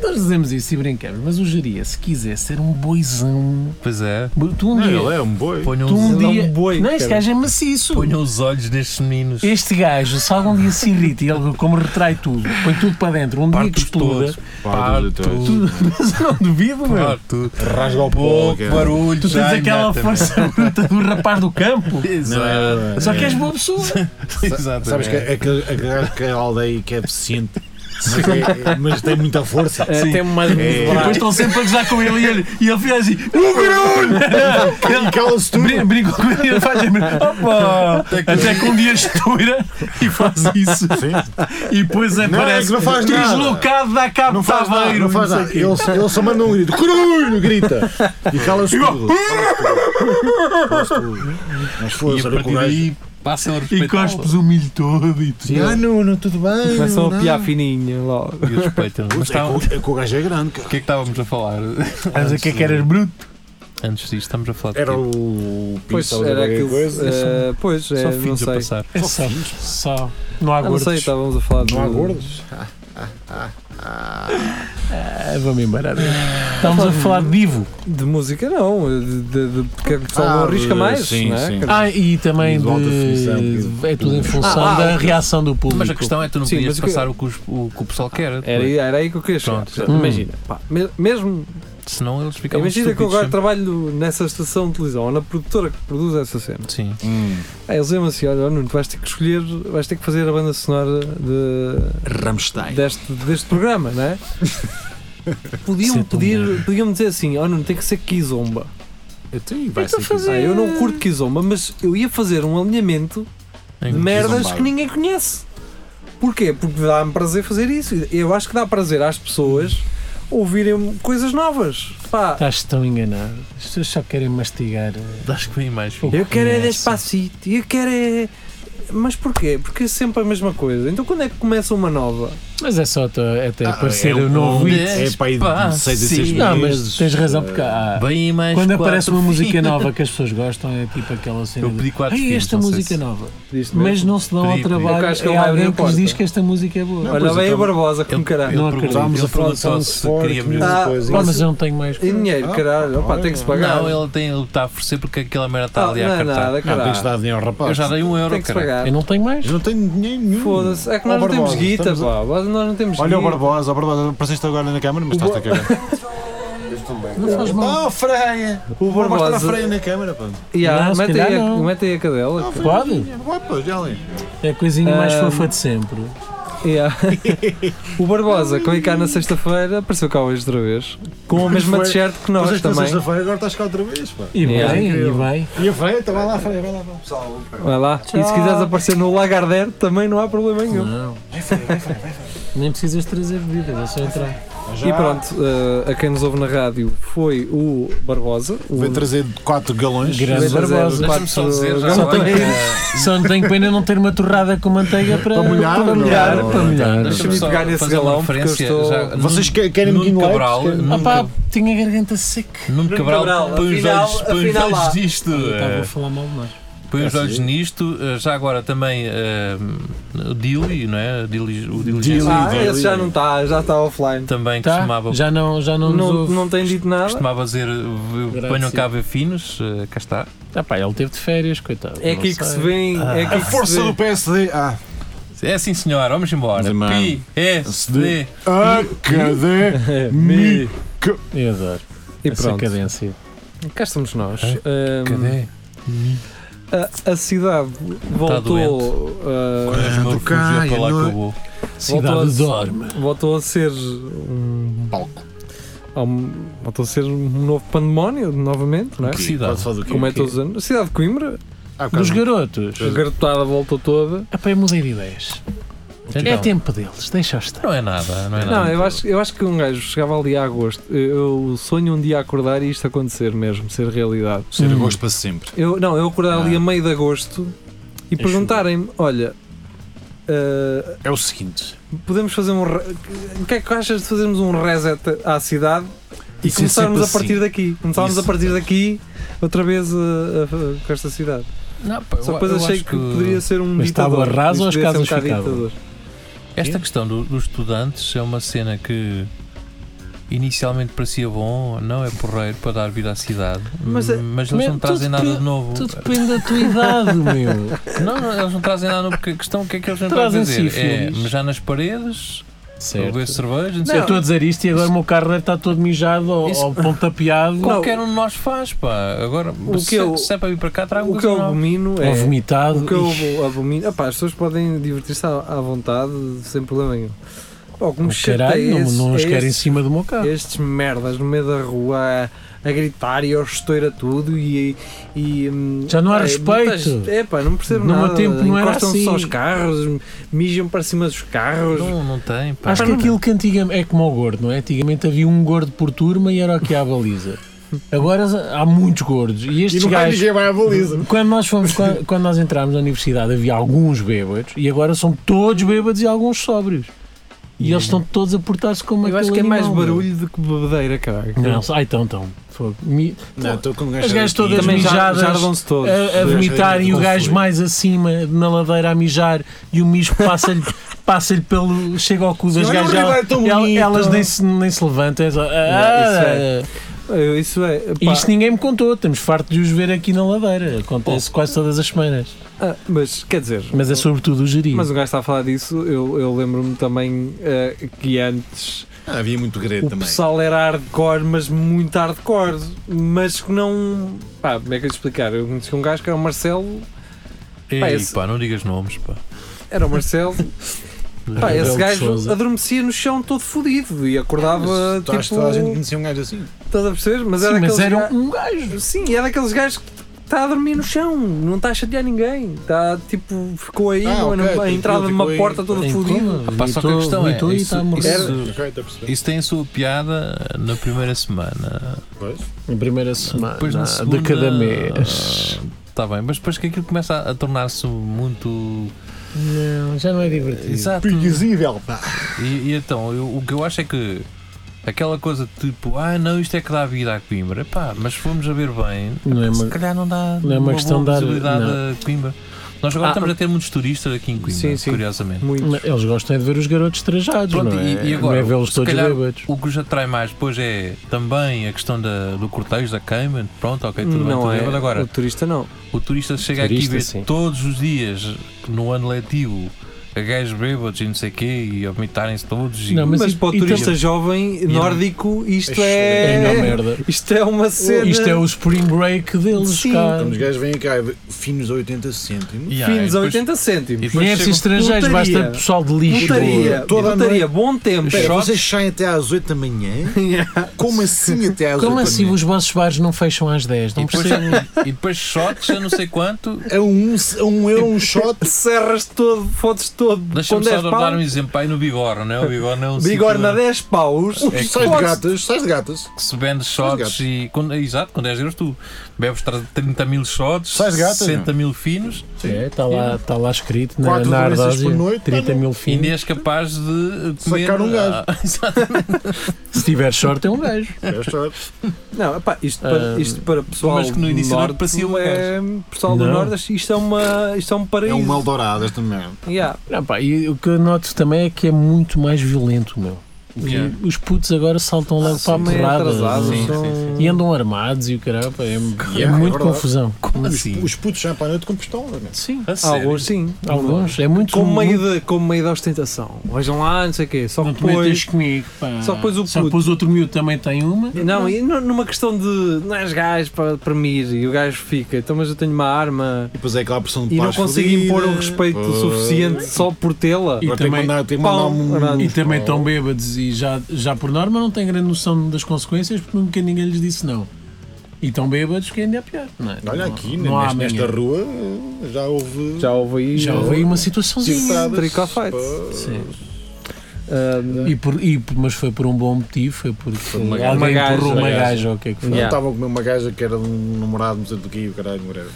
Speaker 5: nós dizemos isso e brincamos, mas o geria, se quiser ser um boizão.
Speaker 3: Pois é.
Speaker 5: Tu um
Speaker 4: Não,
Speaker 5: dia.
Speaker 4: ele é um boi.
Speaker 3: Ponham
Speaker 5: Tu um
Speaker 3: os,
Speaker 2: Ele é um
Speaker 5: dia.
Speaker 2: boi,
Speaker 5: não, este
Speaker 2: cara.
Speaker 5: gajo é maciço.
Speaker 3: ponham os olhos destes meninos.
Speaker 5: Este gajo, se algum dia se irrita e ele como retrai tudo, põe tudo para dentro, um dia que
Speaker 3: Parte-os
Speaker 5: exploda,
Speaker 3: todos.
Speaker 4: Pardo de todos.
Speaker 3: Tudo.
Speaker 5: mas eu não duvido, meu.
Speaker 3: Parte tudo.
Speaker 4: Rasga o
Speaker 3: Pouco
Speaker 4: pó.
Speaker 3: barulho.
Speaker 5: Tu tens
Speaker 3: já
Speaker 5: aquela
Speaker 3: imediatamente.
Speaker 5: força bruta do rapaz do campo.
Speaker 3: Exato.
Speaker 5: Só que és boa pessoa.
Speaker 3: Exatamente.
Speaker 4: Sabes que é aquele aquele gajo que é aldeia que é deficiente, mas, é- mas tem muita força.
Speaker 2: Até mais
Speaker 4: É.
Speaker 5: E depois estão sempre a gozar com ele e ele, e ele fica assim: um barulho!
Speaker 4: E cala-se tudo.
Speaker 5: Brin- Brinco com
Speaker 3: (laughs)
Speaker 5: ele e faz sempre: opa! Até que um dia estoura e faz isso.
Speaker 4: Sim.
Speaker 5: E depois
Speaker 3: é
Speaker 5: aparece
Speaker 4: que não faz nada.
Speaker 5: deslocado da cabo
Speaker 4: Não faz nada,
Speaker 5: taveiro.
Speaker 4: não faz nada. Ele, só- ele só manda um grito. Corulho! Grita. E cala-se tudo. Cala-se tudo. Mas
Speaker 3: E
Speaker 4: foda-se,
Speaker 3: a
Speaker 4: olha
Speaker 3: partir
Speaker 4: o gajo.
Speaker 3: daí passa a
Speaker 5: E
Speaker 3: respeitá-lo.
Speaker 5: cospes o milho todo e tudo.
Speaker 4: Ah, Nuno, tudo bem?
Speaker 2: Começam
Speaker 4: não.
Speaker 2: a tá piar fininho logo.
Speaker 3: E respeitam. Mas
Speaker 4: É que
Speaker 3: estava-
Speaker 4: o-
Speaker 3: o
Speaker 4: É que o gajo é grande, cara.
Speaker 3: que é que estávamos a falar?
Speaker 5: Mas o que é que eras bruto?
Speaker 3: Antes disto, estamos a falar de
Speaker 4: Era
Speaker 3: quê?
Speaker 4: o
Speaker 2: Pois
Speaker 4: Pincel
Speaker 2: era
Speaker 4: qualquer
Speaker 2: aquilo.
Speaker 4: coisa.
Speaker 2: eh, pois, é,
Speaker 3: Só
Speaker 2: não
Speaker 3: fins a
Speaker 2: sei.
Speaker 3: passar.
Speaker 5: É só, só. Não há
Speaker 2: Ah, não
Speaker 5: gordos.
Speaker 2: sei, estávamos a falar de.
Speaker 4: Não há gordos?
Speaker 5: Ah, Vou-me embora. Estamos a falar de Divo.
Speaker 2: De música não, de, de, é de, porque o pessoal
Speaker 4: Ah,
Speaker 2: não um arrisca
Speaker 4: de-
Speaker 2: mais.
Speaker 4: sim,
Speaker 2: não é?
Speaker 4: sim.
Speaker 5: Ah, e também
Speaker 4: De alta definição,
Speaker 5: de.
Speaker 4: que-
Speaker 5: É tudo em função
Speaker 2: Ah, ah,
Speaker 5: da reação do público.
Speaker 3: Mas a questão é que tu não
Speaker 2: Sim, mas
Speaker 3: podias
Speaker 2: o que- Ah,
Speaker 3: passar o que os- o que o pessoal quer.
Speaker 2: Era, aí- era aí que eu queria chegar.
Speaker 3: Pronto.
Speaker 2: Portanto,
Speaker 5: Hum.
Speaker 2: Imagina, pá, me- mesmo.
Speaker 3: Senão eles ficavam
Speaker 2: Imagina que eu
Speaker 3: estúpidos
Speaker 2: agora trabalho nessa estação de televisão, ou na produtora que produz essa cena.
Speaker 3: sempre. Sim.
Speaker 4: Hum.
Speaker 2: Ah, eles dizem assim: olha, ó, Nuno, tu vais ter que escolher, vais ter que fazer a banda sonora de,
Speaker 4: Rammstein.
Speaker 2: deste, deste programa,
Speaker 5: (laughs)
Speaker 2: não é?
Speaker 5: Isso
Speaker 2: Podiam
Speaker 5: é tão
Speaker 2: pedir, podiam me dizer assim: ó, Nuno, tem que ser Kizomba.
Speaker 4: Então, vai ser
Speaker 2: Ah,
Speaker 5: é.
Speaker 2: eu não curto Kizomba, mas eu ia fazer um alinhamento
Speaker 3: Em
Speaker 2: de merdas
Speaker 4: Kizomba.
Speaker 2: que ninguém conhece. Porquê? Porque dá-me prazer fazer isso. Eu acho que dá prazer às pessoas ouvirem coisas novas. Pá,
Speaker 5: Estás tão enganado. As pessoas só querem mastigar. eh,
Speaker 3: Dás que vem mais.
Speaker 5: o
Speaker 2: Eu
Speaker 5: que
Speaker 2: quero é
Speaker 5: conhecem.
Speaker 2: despacito, eu quero é. Mas porquê? Porque é sempre a mesma coisa. Então quando é que começa uma nova?
Speaker 5: Mas é só até, até
Speaker 4: Ah,
Speaker 5: aparecer
Speaker 4: é
Speaker 5: o
Speaker 4: um
Speaker 5: novo
Speaker 4: bom-
Speaker 5: hit.
Speaker 4: É para aí de 6 a 6
Speaker 3: Despacito.
Speaker 5: Não, mas tens razão, porque há-
Speaker 3: Bem mais
Speaker 5: quando
Speaker 3: quatro
Speaker 5: aparece uma música
Speaker 3: filhos.
Speaker 5: nova que as pessoas gostam, é tipo aquela cena.
Speaker 3: Eu
Speaker 5: de,
Speaker 3: pedi quatro
Speaker 5: "Ei,
Speaker 3: filhos,
Speaker 5: esta
Speaker 3: não sei
Speaker 5: música
Speaker 3: se-
Speaker 5: nova. Mas não se dão ao
Speaker 3: Pedi, pedi.
Speaker 5: trabalho.
Speaker 2: Eu acho que
Speaker 5: é
Speaker 2: ele vai abrir
Speaker 5: alguém
Speaker 2: a
Speaker 5: que lhes
Speaker 2: porta.
Speaker 5: diz que esta música é boa.
Speaker 2: Olha
Speaker 4: pois
Speaker 2: bem a
Speaker 4: então-
Speaker 2: Barbosa com caralho.
Speaker 3: Ele
Speaker 5: Não
Speaker 3: perguntou-
Speaker 5: acredito.
Speaker 3: ele
Speaker 2: um
Speaker 3: perguntou se
Speaker 4: um
Speaker 3: queria mesmo.
Speaker 2: Ah,
Speaker 5: Pá, mas eu não tenho mais.
Speaker 2: E dinheiro,
Speaker 4: Ah,
Speaker 2: caralho.
Speaker 4: pá,
Speaker 2: Opa, tem que se pagar.
Speaker 3: Não, ele, tem, ele está a oferecer porque aquela merda está
Speaker 2: Ah,
Speaker 3: tá ali a
Speaker 2: não é
Speaker 3: cartar.
Speaker 2: nada,
Speaker 4: Não, tens de
Speaker 2: caralho.
Speaker 4: dar dinheiro ao rapaz.
Speaker 3: Eu já dei um euro,
Speaker 2: Tem que se
Speaker 3: cara.
Speaker 2: pagar.
Speaker 5: Eu não tenho mais.
Speaker 4: Eu não tenho dinheiro nenhum.
Speaker 2: Foda-se. É que nós
Speaker 4: Ó,
Speaker 2: não temos
Speaker 4: Barbosa,
Speaker 2: guita,
Speaker 4: estamos a-
Speaker 2: pá. Nós não temos
Speaker 4: Olha o
Speaker 2: guita.
Speaker 4: Barbosa, o Barbosa, apareceste agora na câmara, mas estás-te a cagar.
Speaker 5: Não faz mal.
Speaker 4: Oh, freia!
Speaker 2: O
Speaker 4: Vou mostrar a
Speaker 2: Barbosa.
Speaker 4: freia na câmara, pá.
Speaker 2: Ya,
Speaker 5: Não, se
Speaker 2: mete
Speaker 5: calhar
Speaker 2: aí a-
Speaker 5: não.
Speaker 2: Mete aí a cadela. cara.
Speaker 5: Pode?
Speaker 4: Ué, pois, já ali.
Speaker 5: É a coisinha mais
Speaker 2: Ah,
Speaker 5: fofa de sempre.
Speaker 2: Ya. O Barbosa, que veio cá na sexta-feira, apareceu cá hoje outra vez. Com a mesma
Speaker 4: Pois foi.
Speaker 2: t-shirt que nós
Speaker 4: Mas esta
Speaker 2: também.
Speaker 4: sexta-feira agora estás cá outra vez, pá.
Speaker 5: E
Speaker 2: Yeah.
Speaker 5: bem, e bem.
Speaker 4: E a freia? Então vai lá, freia, vai lá. pá.
Speaker 2: Vai lá. E se quiseres aparecer no Lagardère, também não há problema nenhum.
Speaker 5: Não. Nem precisas trazer bebidas, é só entrar.
Speaker 2: E pronto, eh, a quem nos ouve na rádio foi o Barbosa. O
Speaker 4: Vou trazer 4 galões.
Speaker 5: Grande
Speaker 2: Veio trazer
Speaker 5: Barbosa.
Speaker 2: quatro
Speaker 3: Deixa-me só dizer, já
Speaker 5: Só
Speaker 2: galões.
Speaker 5: tenho, pena, só não tenho pena não ter uma torrada com manteiga para,
Speaker 4: Para molhar,
Speaker 5: Para
Speaker 4: não é?
Speaker 5: molhar,
Speaker 4: Não,
Speaker 5: para
Speaker 4: não,
Speaker 5: molhar.
Speaker 2: Deixa-me pegar nesse galão, porque eu estou-
Speaker 4: Vocês que- querem um
Speaker 3: Nuno
Speaker 4: bocadinho de
Speaker 3: Cabral,
Speaker 4: leite?
Speaker 3: Nuno,
Speaker 5: Opá,
Speaker 3: Cabral,
Speaker 5: tinha a garganta seca.
Speaker 3: Nuno Cabral,
Speaker 2: Cabral,
Speaker 3: põe os
Speaker 2: afinal-
Speaker 3: olhos, põe os
Speaker 2: afinal lá.
Speaker 3: olhos nisto.
Speaker 5: Estava
Speaker 3: eh,
Speaker 5: a falar mal de nós.
Speaker 3: Põe os
Speaker 4: Ah,
Speaker 3: olhos
Speaker 4: sim.
Speaker 3: nisto. eh, Já agora também eh, o Dilly, não é? O Dilly- O Diligência
Speaker 2: Ah, esse já não está, já está offline.
Speaker 3: também
Speaker 5: Tá?
Speaker 3: costumava,
Speaker 5: Já não, já não, nos
Speaker 2: Não,
Speaker 5: ouve.
Speaker 2: não tem dito nada.
Speaker 3: costumava dizer eh, ponham
Speaker 5: Graças.
Speaker 3: cá ver finos, eh, cá está.
Speaker 5: Ah pá, ele teve de férias, coitado.
Speaker 2: É
Speaker 5: não
Speaker 2: aqui que
Speaker 5: sei.
Speaker 2: se vê. É aqui
Speaker 4: A
Speaker 2: que se
Speaker 4: força
Speaker 2: vê.
Speaker 4: do PSD. Ah,
Speaker 3: É sim senhora, vamos embora.
Speaker 4: Mas, mano,
Speaker 3: Pi, S, D.
Speaker 4: Ah, Académica.
Speaker 2: É, me.
Speaker 5: Eu adoro.
Speaker 2: E
Speaker 5: Essa
Speaker 2: pronto,
Speaker 5: cadência.
Speaker 2: cá estamos nós.
Speaker 3: É?
Speaker 2: Ahm,
Speaker 3: Cadê?
Speaker 2: a, a cidade voltou, ah,
Speaker 4: Quando
Speaker 3: Meu, fugiu
Speaker 4: cai
Speaker 3: para lá
Speaker 4: a
Speaker 3: que eu
Speaker 4: noite.
Speaker 3: vou.
Speaker 2: Voltou a-
Speaker 5: Cidade dorme.
Speaker 2: voltou a ser um
Speaker 4: Palco.
Speaker 2: há um- voltou a ser um novo pandemónio novamente, não é?
Speaker 3: Que cidade?
Speaker 4: Pode fazer o quê?
Speaker 2: Como é todos os anos. A cidade de Coimbra,
Speaker 4: Ah, o cara-
Speaker 5: Dos garotos.
Speaker 2: a garotada voltou toda.
Speaker 5: Ah pá, eu mudei de ideias. É
Speaker 3: Então,
Speaker 5: tempo deles, deixa-os
Speaker 2: Hum.
Speaker 5: estar.
Speaker 3: Não é nada, não é
Speaker 2: Não,
Speaker 3: nada.
Speaker 2: eu acho, eu acho que um gajo chegava ali a agosto. Eu sonho um dia acordar e isto acontecer mesmo, ser realidade.
Speaker 4: Ser agosto para sempre.
Speaker 2: Eu, não, eu acordar ali
Speaker 4: Ah.
Speaker 2: a meio de agosto e perguntarem-me: olha, ah,
Speaker 4: É o seguinte.
Speaker 2: podemos fazer um. re- O que é que achas de fazermos um reset à cidade e
Speaker 4: Isso é
Speaker 2: começarmos
Speaker 4: sempre
Speaker 2: a partir
Speaker 4: assim.
Speaker 2: daqui? Começarmos
Speaker 4: Isso.
Speaker 2: a partir daqui outra vez a- a- com esta cidade.
Speaker 3: Não, pá,
Speaker 2: Só
Speaker 3: eu-
Speaker 2: depois
Speaker 3: eu
Speaker 2: achei
Speaker 3: acho
Speaker 2: que, poderia ser um
Speaker 5: Mas estava
Speaker 2: ditador.
Speaker 5: raso
Speaker 2: Isto
Speaker 5: ou as
Speaker 2: podia ser um
Speaker 5: casas
Speaker 2: bocado
Speaker 5: ficavam?
Speaker 2: ditador.
Speaker 3: Esta questão do- dos estudantes é uma cena que inicialmente parecia bom, não é porreiro para dar vida à cidade,
Speaker 2: Mas
Speaker 3: mas,
Speaker 2: é-
Speaker 3: eles
Speaker 5: mas
Speaker 3: não trazem
Speaker 5: tudo
Speaker 3: nada
Speaker 5: que-
Speaker 3: de novo.
Speaker 5: Tudo depende da tua idade,
Speaker 2: (laughs)
Speaker 5: meu.
Speaker 3: Não, não, eles não trazem nada de novo, porque a questão o que é que eles não vão
Speaker 5: Trazem
Speaker 3: fazer? É
Speaker 5: sífilis. mejar
Speaker 3: mejar nas paredes, beber
Speaker 5: Certo.
Speaker 3: cerveja, não
Speaker 2: sei
Speaker 3: sei
Speaker 2: o
Speaker 5: Eu estou a dizer isto e agora o meu carro deve estar todo mijado ou,
Speaker 3: Isso-
Speaker 2: (laughs)
Speaker 5: ou pontapeado
Speaker 3: Qualquer um de nós faz, pá. Agora,
Speaker 2: O
Speaker 3: se,
Speaker 2: que eu-
Speaker 3: se é para vir para cá, trago
Speaker 2: O que eu abomino
Speaker 5: ou
Speaker 2: é.
Speaker 5: vomitado.
Speaker 2: O que eu
Speaker 5: Ih,
Speaker 2: abomino. Epá, as pessoas podem divertir-se à, à vontade, sem problema nenhum. Pá, o que me
Speaker 5: oh,
Speaker 2: chateia
Speaker 5: caralho,
Speaker 2: é
Speaker 5: não,
Speaker 2: esse-
Speaker 5: não
Speaker 2: é
Speaker 5: os quero em
Speaker 2: esses-
Speaker 5: cima do meu carro.
Speaker 2: estes merdas no meio da rua a, a gritar e aos estoura tudo e, e, hum,
Speaker 5: Já não há
Speaker 2: é,
Speaker 5: respeito.
Speaker 2: muitas- É pá, não percebo
Speaker 5: No meu
Speaker 2: nada.
Speaker 5: tempo não era
Speaker 2: Encostam-se
Speaker 5: assim.
Speaker 2: aos carros, mijam para cima dos carros.
Speaker 3: Não, não tem, pá.
Speaker 5: Acho que aquilo que antigamente é como o gordo, não é? Antigamente havia um gordo por turma e era o que há
Speaker 2: (laughs)
Speaker 5: a baliza. Agora há muitos gordos e
Speaker 4: E
Speaker 5: estes
Speaker 4: não vai
Speaker 5: gajos.
Speaker 4: ninguém vai à baliza.
Speaker 5: Quando nós, fomos, quando, quando nós entramos na universidade havia alguns bêbados e agora são todos bêbados e alguns sóbrios. E eles estão todos a portar-se como
Speaker 2: Eu
Speaker 5: aquele
Speaker 2: acho que é mais
Speaker 5: animal, meu.
Speaker 2: barulho do que bebedeira, caralho.
Speaker 5: Não, ah, então, então. Fogo. Mi-
Speaker 4: Não, estou com um gajo
Speaker 5: As gajas
Speaker 4: daqui.
Speaker 5: todas
Speaker 2: Também já,
Speaker 5: mijadas,
Speaker 2: jardam-se todos. é
Speaker 5: a, a vomitar e o
Speaker 4: Conflui.
Speaker 5: gajo mais acima na ladeira a mijar e o mijo
Speaker 2: (laughs)
Speaker 5: passa-lhe passa pelo. chega ao
Speaker 2: um
Speaker 5: cu das
Speaker 4: Olha,
Speaker 5: gajas.
Speaker 4: o rival é tão
Speaker 5: el-
Speaker 4: bonito.
Speaker 5: elas nem se, nem se levantam. é só,
Speaker 2: é-
Speaker 5: "Ah, ah,
Speaker 2: Eu- Isso é.
Speaker 5: ah".
Speaker 2: pá,
Speaker 5: Isto ninguém me contou, estamos fartos de os ver aqui na ladeira.
Speaker 2: Oh.
Speaker 5: Acontece quase todas as semanas.
Speaker 2: ah, mas quer dizer.
Speaker 5: Mas é sobretudo o gerir.
Speaker 2: Mas o gajo está a falar disso, eu, eu lembro-me também eh, que antes
Speaker 4: Ah, havia muito grego
Speaker 2: o
Speaker 4: também.
Speaker 2: pessoal era hardcore, mas muito hardcore, mas que não. Pá, como é que eu te explicar? Eu conheci um gajo que era o Marcelo,
Speaker 3: Ei,
Speaker 2: pá, esse-
Speaker 3: pá, não digas nomes, pá.
Speaker 2: era o (laughs) Marcelo, pá,
Speaker 5: Rebelo
Speaker 2: esse
Speaker 5: de
Speaker 2: gajo
Speaker 5: Sousa.
Speaker 2: adormecia no chão todo fodido e acordava
Speaker 4: Tu achas que
Speaker 2: tipo.
Speaker 4: toda a gente conhecia um gajo assim.
Speaker 2: Estás a perceber? Mas
Speaker 5: Sim,
Speaker 2: era
Speaker 5: mas
Speaker 2: aqueles
Speaker 5: era
Speaker 2: ga-
Speaker 5: um gajo.
Speaker 2: Sim, era daqueles gajos que está a dormir no chão, não está a chatear ninguém, está tipo, ficou aí,
Speaker 4: Ah,
Speaker 2: ou na-
Speaker 4: ok,
Speaker 2: a
Speaker 4: tranquilo,
Speaker 2: entrada de uma
Speaker 4: ficou aí.
Speaker 2: porta toda
Speaker 5: Em
Speaker 2: fodida.
Speaker 5: coma,
Speaker 3: Pá, só que a
Speaker 5: vomitou-
Speaker 3: questão é,
Speaker 5: vomitou e está a
Speaker 3: isso-
Speaker 5: morrer.
Speaker 3: isso-
Speaker 4: Ok, estou a perceber.
Speaker 3: Isso tem a sua piada na primeira semana.
Speaker 4: Pois.
Speaker 5: Na primeira semana,
Speaker 3: Depois na segunda,
Speaker 5: de cada mês.
Speaker 3: Tá Está bem, mas depois que aquilo começa a, a tornar-se muito
Speaker 5: Não, já não é
Speaker 2: Tipo,
Speaker 5: divertido.
Speaker 3: Exato.
Speaker 4: Previsível, pá.
Speaker 3: E, e então, eu- o que eu acho é que aquela coisa de tipo, ah não, isto é que dá vida a Coimbra, pá, mas se formos a ver bem,
Speaker 5: Não é
Speaker 3: se
Speaker 5: uma-
Speaker 3: calhar não dá
Speaker 5: não é uma
Speaker 3: boa
Speaker 5: questão de dar-
Speaker 3: visibilidade
Speaker 5: não.
Speaker 3: a Coimbra. Nós agora
Speaker 2: Ah,
Speaker 3: estamos a ter muitos turistas aqui em Coimbra,
Speaker 2: Sim, sim.
Speaker 3: curiosamente.
Speaker 2: Muito.
Speaker 5: Mas Eles gostam é de ver os garotos trajados,
Speaker 3: Pronto,
Speaker 5: não é?
Speaker 3: e- e agora,
Speaker 5: não é vê-los
Speaker 3: se
Speaker 5: todos
Speaker 3: calhar-
Speaker 5: bêbados.
Speaker 3: O que os atrai mais depois é também a questão da, do cortejo, da queima, pronto, ok, tudo bem,
Speaker 2: não
Speaker 3: tudo
Speaker 2: é.
Speaker 3: bem, mas agora
Speaker 2: O turista não.
Speaker 3: o turista chega aqui
Speaker 7: Turista,
Speaker 3: e vê
Speaker 7: sim.
Speaker 3: todos os dias no ano letivo a gajos bêbados e não sei o quê e a vomitarem-se todos e
Speaker 5: Não,
Speaker 2: Mas,
Speaker 5: e-
Speaker 2: para o
Speaker 5: e
Speaker 2: turista jovem nórdico, isto é.
Speaker 5: É uma merda.
Speaker 2: Isto é uma cena.
Speaker 5: Isto é o spring break deles,
Speaker 2: Sim.
Speaker 5: cara.
Speaker 4: Então os gajos vêm cá, finos de 80 cêntimos.
Speaker 3: Yeah, e
Speaker 2: Fins a
Speaker 3: depois-
Speaker 2: 80 cêntimos. Um
Speaker 3: e depois
Speaker 5: Nem
Speaker 3: chegam-
Speaker 5: é preciso estrangeiros,
Speaker 2: Putaria.
Speaker 5: basta pessoal de
Speaker 2: Putaria,
Speaker 5: Lisboa.
Speaker 4: Toda a
Speaker 2: putaria, um bom tempo.
Speaker 4: Espera,
Speaker 2: Shots.
Speaker 4: vocês saem até às 8 da manhã? Como assim até às 8
Speaker 5: Como
Speaker 4: da
Speaker 5: assim
Speaker 4: manhã?
Speaker 5: os vossos bares não fecham às 10?
Speaker 3: E
Speaker 5: Não
Speaker 3: depois,
Speaker 5: percebo.
Speaker 3: (laughs) e depois shots a não sei quanto.
Speaker 4: É um, é um euro, um shot.
Speaker 2: Serras todo, fodes todo. Com
Speaker 3: Deixa-me
Speaker 2: 10
Speaker 3: só dar um
Speaker 2: paus.
Speaker 3: exemplo aí no Bigorna, não é? O Bigorna é um
Speaker 2: Bigorna
Speaker 3: sítio É
Speaker 2: 10 paus.
Speaker 4: Ui, sais de gatas, sais de gatas.
Speaker 3: que se vende
Speaker 4: Sais
Speaker 3: shots
Speaker 4: de
Speaker 3: e. Com, exato, com 10 euros tu bebes tra- 30 mil shots,
Speaker 4: Sais de gatas,
Speaker 3: 60 mil finos
Speaker 5: Está lá, tá lá escrito na,
Speaker 4: Quatro
Speaker 5: na
Speaker 4: doenças
Speaker 5: Ardósia,
Speaker 4: por noite,
Speaker 5: 30 mil
Speaker 3: e
Speaker 5: fins.
Speaker 3: nem és capaz de comer.
Speaker 4: Sacar um
Speaker 3: (laughs)
Speaker 4: gajo.
Speaker 3: Ah, exato.
Speaker 5: Se tiver sorte, é um gajo.
Speaker 4: É shot.
Speaker 2: Não, epá, isto, para,
Speaker 5: Ah,
Speaker 2: isto para pessoal
Speaker 3: mas que no início
Speaker 2: do
Speaker 3: não
Speaker 2: norte
Speaker 3: parecia um
Speaker 2: é, pessoal do
Speaker 5: Não.
Speaker 2: norte, isto é uma isto é um
Speaker 4: É
Speaker 2: paraíso.
Speaker 4: um Eldorado esta merda.
Speaker 2: Yeah.
Speaker 5: Não, pá, e o que eu noto também é que é muito mais violento, meu. E
Speaker 3: Yeah.
Speaker 5: Os putos agora saltam logo para a
Speaker 2: Meio
Speaker 5: porrada
Speaker 2: Ah, atrasados,
Speaker 3: Sim,
Speaker 2: são-
Speaker 3: sim, sim.
Speaker 5: e andam armados e o caralho, pá, é, é
Speaker 4: Yeah,
Speaker 5: muito
Speaker 4: é verdade.
Speaker 5: confusão.
Speaker 3: Como
Speaker 4: Os,
Speaker 3: assim?
Speaker 4: os putos saem para a noite com pistola. né?
Speaker 5: Sim,
Speaker 3: A sério? Uhum.
Speaker 2: Alguns sim.
Speaker 5: alguns, é muito
Speaker 2: Com meio,
Speaker 5: muito-
Speaker 2: de, com meio de ostentação. Vejam lá, não sei o quê. Só que
Speaker 5: Não te metas
Speaker 2: depois.
Speaker 5: comigo, pá.
Speaker 2: Só que depois o
Speaker 5: Só que
Speaker 2: puto-
Speaker 5: depois outro miúdo também tem uma.
Speaker 2: Não, e nu- numa questão de. Não és gajo para, para mim e o gajo fica. Então, mas eu tenho uma arma
Speaker 4: E depois é aquela pressão de
Speaker 2: e não
Speaker 4: paz
Speaker 2: consigo
Speaker 4: fodida.
Speaker 2: impor um respeito
Speaker 4: Pois.
Speaker 2: suficiente só por tê-la.
Speaker 4: Agora
Speaker 5: E
Speaker 4: tem que
Speaker 5: também-
Speaker 4: mandar, tem que mandar
Speaker 2: Pau,
Speaker 4: um.
Speaker 2: caralho.
Speaker 5: E também estão bêbados e já, já por norma não têm grande noção das consequências porque nunca ninguém lhes disse não. E estão bêbados que ainda é pior. Não é?
Speaker 4: Olha
Speaker 5: Não-
Speaker 4: aqui, né,
Speaker 5: não há
Speaker 4: neste- nesta
Speaker 5: amanhã.
Speaker 4: rua já houve.
Speaker 2: Já houve aí.
Speaker 5: Já houve aí uma situaçãozinha.
Speaker 4: Sim.
Speaker 2: Trick or fight.
Speaker 4: Pois.
Speaker 5: Sim.
Speaker 2: Ahm,
Speaker 5: E por, e, por- mas foi por um bom motivo, foi porque
Speaker 4: uma gaja.
Speaker 5: alguém
Speaker 2: Uma
Speaker 5: empurrou
Speaker 2: gaja.
Speaker 5: uma gaja ou o que é que foi.
Speaker 4: Não
Speaker 2: Yeah.
Speaker 4: estavam a comer uma gaja que era um namorado, não sei do que, o caralho, whatever.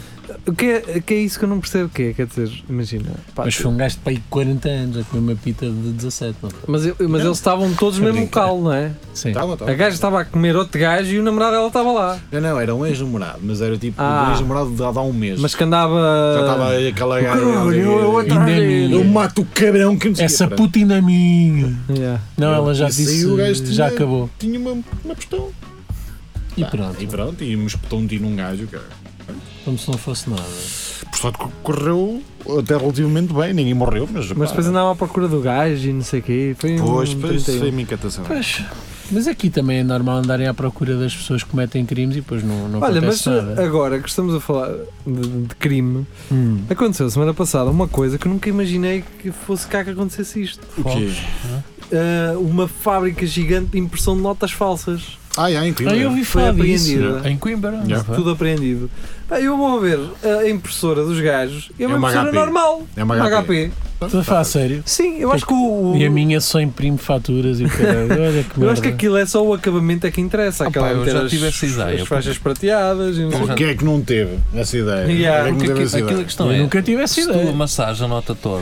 Speaker 2: O que é, que é isso que eu não percebo o que é? Quer dizer, imagina. pá,
Speaker 5: Mas foi um gajo de pai de 40 anos a comer uma pita de 17, não foi? Tá
Speaker 2: mas eu- mas eles estavam todos no mesmo local, não é?
Speaker 5: Sim.
Speaker 4: Estavam, estavam.
Speaker 2: A gaja estava a comer outro gajo e o namorado dela estava lá.
Speaker 4: Não, não, era um ex-namorado, mas era tipo
Speaker 2: Ah.
Speaker 4: um ex-namorado de há de há um mês.
Speaker 2: Mas que andava.
Speaker 4: já estava aí aquela gaja.
Speaker 2: Caralho, eu- eu
Speaker 5: Ainda é
Speaker 4: Eu
Speaker 5: minha.
Speaker 4: mato o cabrão que não sei
Speaker 5: Essa
Speaker 4: quê, pronto.
Speaker 5: puta ainda é minha.
Speaker 2: Yeah.
Speaker 5: Não, ela já
Speaker 4: Isso aí
Speaker 5: disse.
Speaker 4: o gajo
Speaker 5: Já
Speaker 4: tinha-
Speaker 5: acabou.
Speaker 4: Tinha uma, uma pistola.
Speaker 5: E
Speaker 4: Pá, E
Speaker 5: pronto.
Speaker 4: pronto, e um espetou um tiro num gajo, cara.
Speaker 5: Como se não fosse nada.
Speaker 4: Por sorte que correu até relativamente bem, ninguém morreu, mas.
Speaker 2: Mas depois andava à procura do gajo e não sei o quê. Foi
Speaker 4: Pois,
Speaker 2: um
Speaker 4: pois,
Speaker 2: 31.
Speaker 4: foi a minha catação.
Speaker 5: Pois, mas aqui também é normal andarem à procura das pessoas que cometem crimes e depois não, não
Speaker 2: Olha, mas eh,
Speaker 5: acontece nada.
Speaker 2: agora que estamos a falar de, de crime,
Speaker 5: Hum.
Speaker 2: aconteceu semana passada uma coisa que eu nunca imaginei que fosse cá que acontecesse isto.
Speaker 4: O quê?
Speaker 2: Ah, uma fábrica gigante de impressão de notas falsas.
Speaker 4: Ah, é,
Speaker 5: Ah,
Speaker 4: incrível.
Speaker 5: eu ouvi
Speaker 2: Foi
Speaker 5: falar disso.
Speaker 2: apreendida.
Speaker 3: Em Coimbra?
Speaker 5: É
Speaker 4: Já.
Speaker 3: não foi?
Speaker 2: Tudo apreendido. Bem, eu vou ver a impressora dos gajos. É uma,
Speaker 4: É uma
Speaker 2: impressora
Speaker 4: HP.
Speaker 2: normal.
Speaker 4: É uma
Speaker 2: Uma
Speaker 4: HP.
Speaker 2: HP.
Speaker 5: Estou a falar a sério.
Speaker 2: Sim, eu acho que o. o-
Speaker 5: E a minha só imprime faturas e o caralho. Olha que
Speaker 2: Eu acho que
Speaker 5: merda.
Speaker 2: aquilo é só o acabamento é que interessa.
Speaker 3: Ah,
Speaker 2: Aquela
Speaker 3: pá, eu
Speaker 2: meter
Speaker 3: já
Speaker 2: as-
Speaker 3: tive essa ideia,
Speaker 2: As faixas prateadas e não sei o quê.
Speaker 4: Porquê é que não teve essa
Speaker 2: Yeah.
Speaker 4: ideia? Porquê é que não
Speaker 3: Porque
Speaker 4: teve essa
Speaker 3: aquilo, aquilo a
Speaker 4: ideia?
Speaker 3: questão
Speaker 5: Eu
Speaker 3: é.
Speaker 5: nunca tive essa
Speaker 3: Se tu
Speaker 5: ideia.
Speaker 3: amassares a nota toda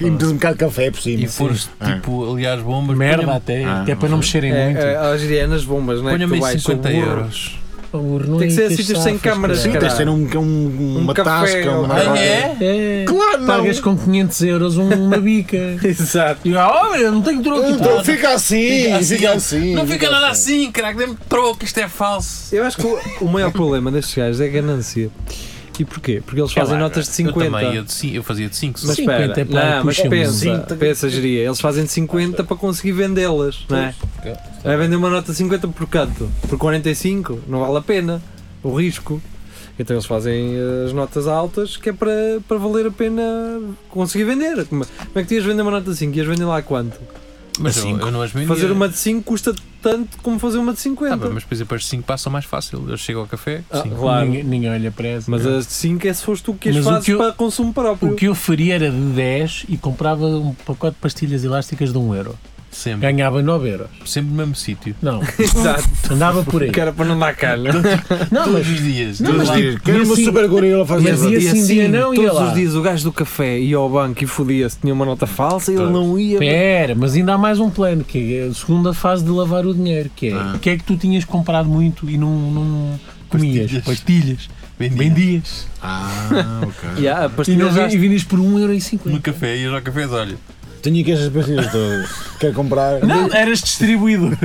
Speaker 4: E metes um bocado de café por cima.
Speaker 3: e fores
Speaker 4: Ah.
Speaker 3: tipo, aliás, bombas,
Speaker 5: Merda é
Speaker 3: ponha-me-
Speaker 5: até.
Speaker 4: Ah,
Speaker 5: até para não mexerem
Speaker 2: É,
Speaker 5: muito.
Speaker 2: é, As hienas bombas, não é?
Speaker 3: ponha-me
Speaker 2: Que tu
Speaker 3: em
Speaker 2: vais com o
Speaker 3: 50
Speaker 2: burro.
Speaker 3: euros.
Speaker 5: Pá, burro, não
Speaker 2: Tem que ser
Speaker 5: enches
Speaker 2: sítios sem
Speaker 5: safas,
Speaker 2: câmaras,
Speaker 5: caralho.
Speaker 4: Sim, tens de ter um, um, uma
Speaker 2: Um café,
Speaker 4: tasca.
Speaker 2: ou-
Speaker 4: Uma...
Speaker 2: Ah, é?
Speaker 5: É,
Speaker 4: Claro, não.
Speaker 5: Pagas com 500 euros um- uma bica.
Speaker 2: (laughs) (laughs) Exato.
Speaker 5: E ah, olha, não tenho troco. e
Speaker 4: Então
Speaker 5: tal.
Speaker 4: fica assim, fica assim.
Speaker 3: Não fica nada assim, craque, dê-me troco, isto é falso.
Speaker 2: Eu acho que o, o maior problema destes gajos é a ganância. E porquê? Porque eles fazem
Speaker 3: É lá,
Speaker 2: notas de
Speaker 3: Eu
Speaker 2: 50.
Speaker 3: também, eu, de cin- eu fazia de 5.
Speaker 2: Mas espera,
Speaker 5: 50 é para
Speaker 2: não, mas
Speaker 5: puxa-me.
Speaker 2: pensa,
Speaker 4: Sim,
Speaker 2: pensa, geria. Eles fazem de 50 para conseguir vendê-las, não é? Vai vender uma nota de 50 por canto, por 45, não vale a pena o risco. Então eles fazem as notas altas que é para, para valer a pena conseguir vender. Como como é que tu ias vender uma nota de 5? Ias vender lá a quanto?
Speaker 3: mas
Speaker 4: a
Speaker 3: eu,
Speaker 4: cinco.
Speaker 3: eu não as vendia.
Speaker 2: Fazer uma de 5 custa tanto como fazer uma de
Speaker 3: Tá
Speaker 2: 50.
Speaker 3: bem, mas por exemplo, as 5 passa mais fácil. Eu chego ao café,
Speaker 2: Ah,
Speaker 3: cinco.
Speaker 2: claro.
Speaker 5: Ninguém, ninguém olha para essa.
Speaker 2: Mas as de 5 é se foste tu que as
Speaker 5: Mas o
Speaker 2: fazes
Speaker 5: que eu-
Speaker 2: para consumo próprio.
Speaker 5: O que eu faria era de 10 e comprava um pacote de pastilhas elásticas de 1 euro.
Speaker 3: Sempre.
Speaker 5: Ganhava 9 euros.
Speaker 3: Sempre no mesmo sítio.
Speaker 2: (laughs)
Speaker 5: Não,
Speaker 2: Exato.
Speaker 5: andava por aí.
Speaker 2: Que era para não dar calha. (laughs)
Speaker 5: Não, mas
Speaker 3: Todos os dias.
Speaker 5: Não,
Speaker 3: Todos
Speaker 5: mas
Speaker 3: lá-
Speaker 5: digo-
Speaker 4: Quero
Speaker 5: E
Speaker 4: uma
Speaker 5: assim-
Speaker 4: super gorila fazer
Speaker 5: Mas e
Speaker 4: isso.
Speaker 5: assim, dia não, ia
Speaker 2: todos
Speaker 5: lá.
Speaker 2: os dias o gajo do café ia ao banco e fodia-se, tinha uma nota falsa e ele não ia.
Speaker 5: Pera, mas ainda há mais um plano, que é a segunda fase de lavar o dinheiro, que é
Speaker 4: Ah.
Speaker 5: o que é que tu tinhas comprado muito e não, não comias?
Speaker 3: Pastilhas.
Speaker 5: Pastilhas.
Speaker 3: Vendia.
Speaker 5: Vendias.
Speaker 4: Ah, ok.
Speaker 2: Yeah, a
Speaker 5: E,
Speaker 2: pastilha
Speaker 5: não,
Speaker 2: já-
Speaker 5: e vendias por 1,50€.
Speaker 3: No café, ias ao café, olha.
Speaker 4: Tenho aqui estas pastilhas todas. Quero comprar.
Speaker 5: Não, eras distribuidor.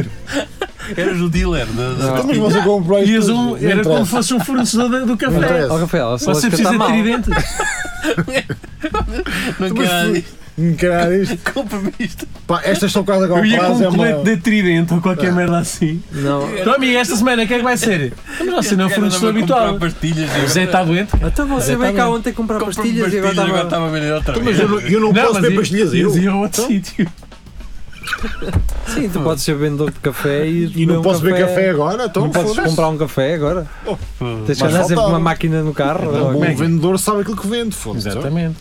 Speaker 3: Eras o dealer. da- da-
Speaker 4: Então, Mas você comprou isto.
Speaker 5: Ias a
Speaker 4: tudo.
Speaker 5: um,
Speaker 4: Não
Speaker 5: era como
Speaker 4: interessa.
Speaker 5: fosse um fornecedor da- do
Speaker 4: Não
Speaker 5: café.
Speaker 2: Oh,
Speaker 4: interessa.
Speaker 2: Rafael, a
Speaker 5: Você
Speaker 2: Celeste
Speaker 5: precisa
Speaker 2: está
Speaker 5: de
Speaker 2: mal.
Speaker 5: tridente.
Speaker 3: Não
Speaker 4: Mas
Speaker 3: quero
Speaker 4: fui- Não quero nada disto.
Speaker 3: compra-me isto.
Speaker 4: Hum, Pá, estas são quase agora.
Speaker 5: Eu ia com
Speaker 4: quase é
Speaker 5: um
Speaker 4: uma-
Speaker 5: colete de tridente ou qualquer merda assim.
Speaker 2: Não.
Speaker 5: Tommy, esta semana o que é que vai ser? Mas você não é um fornecedor
Speaker 3: Andava a comprar
Speaker 5: habitual.
Speaker 3: pastilhas e
Speaker 5: O Zé tá está doente?
Speaker 2: Então você
Speaker 5: Exatamente.
Speaker 2: veio cá ontem comprar
Speaker 3: Compra-me
Speaker 2: pastilhas e agora tá
Speaker 3: agora
Speaker 2: estava.
Speaker 3: estava a vender outra
Speaker 4: Mas
Speaker 3: vez.
Speaker 4: eu não, eu não posso
Speaker 5: mas assim,
Speaker 4: ver
Speaker 5: ia-
Speaker 4: pastilhas. Eu,
Speaker 5: ias ir a outro sítio.
Speaker 2: Sim, tu podes ser vendedor de café e.
Speaker 4: e
Speaker 2: beber
Speaker 4: não
Speaker 2: um
Speaker 4: posso ver café agora. Então,
Speaker 2: Não podes
Speaker 4: foda-se.
Speaker 2: comprar um café agora? Tens que
Speaker 4: Mas
Speaker 2: andar sempre com
Speaker 4: faltava.
Speaker 2: uma máquina no carro?
Speaker 4: Um
Speaker 2: ou-
Speaker 4: bom vendedor sabe aquilo que vende. Foda-se.
Speaker 5: Exatamente.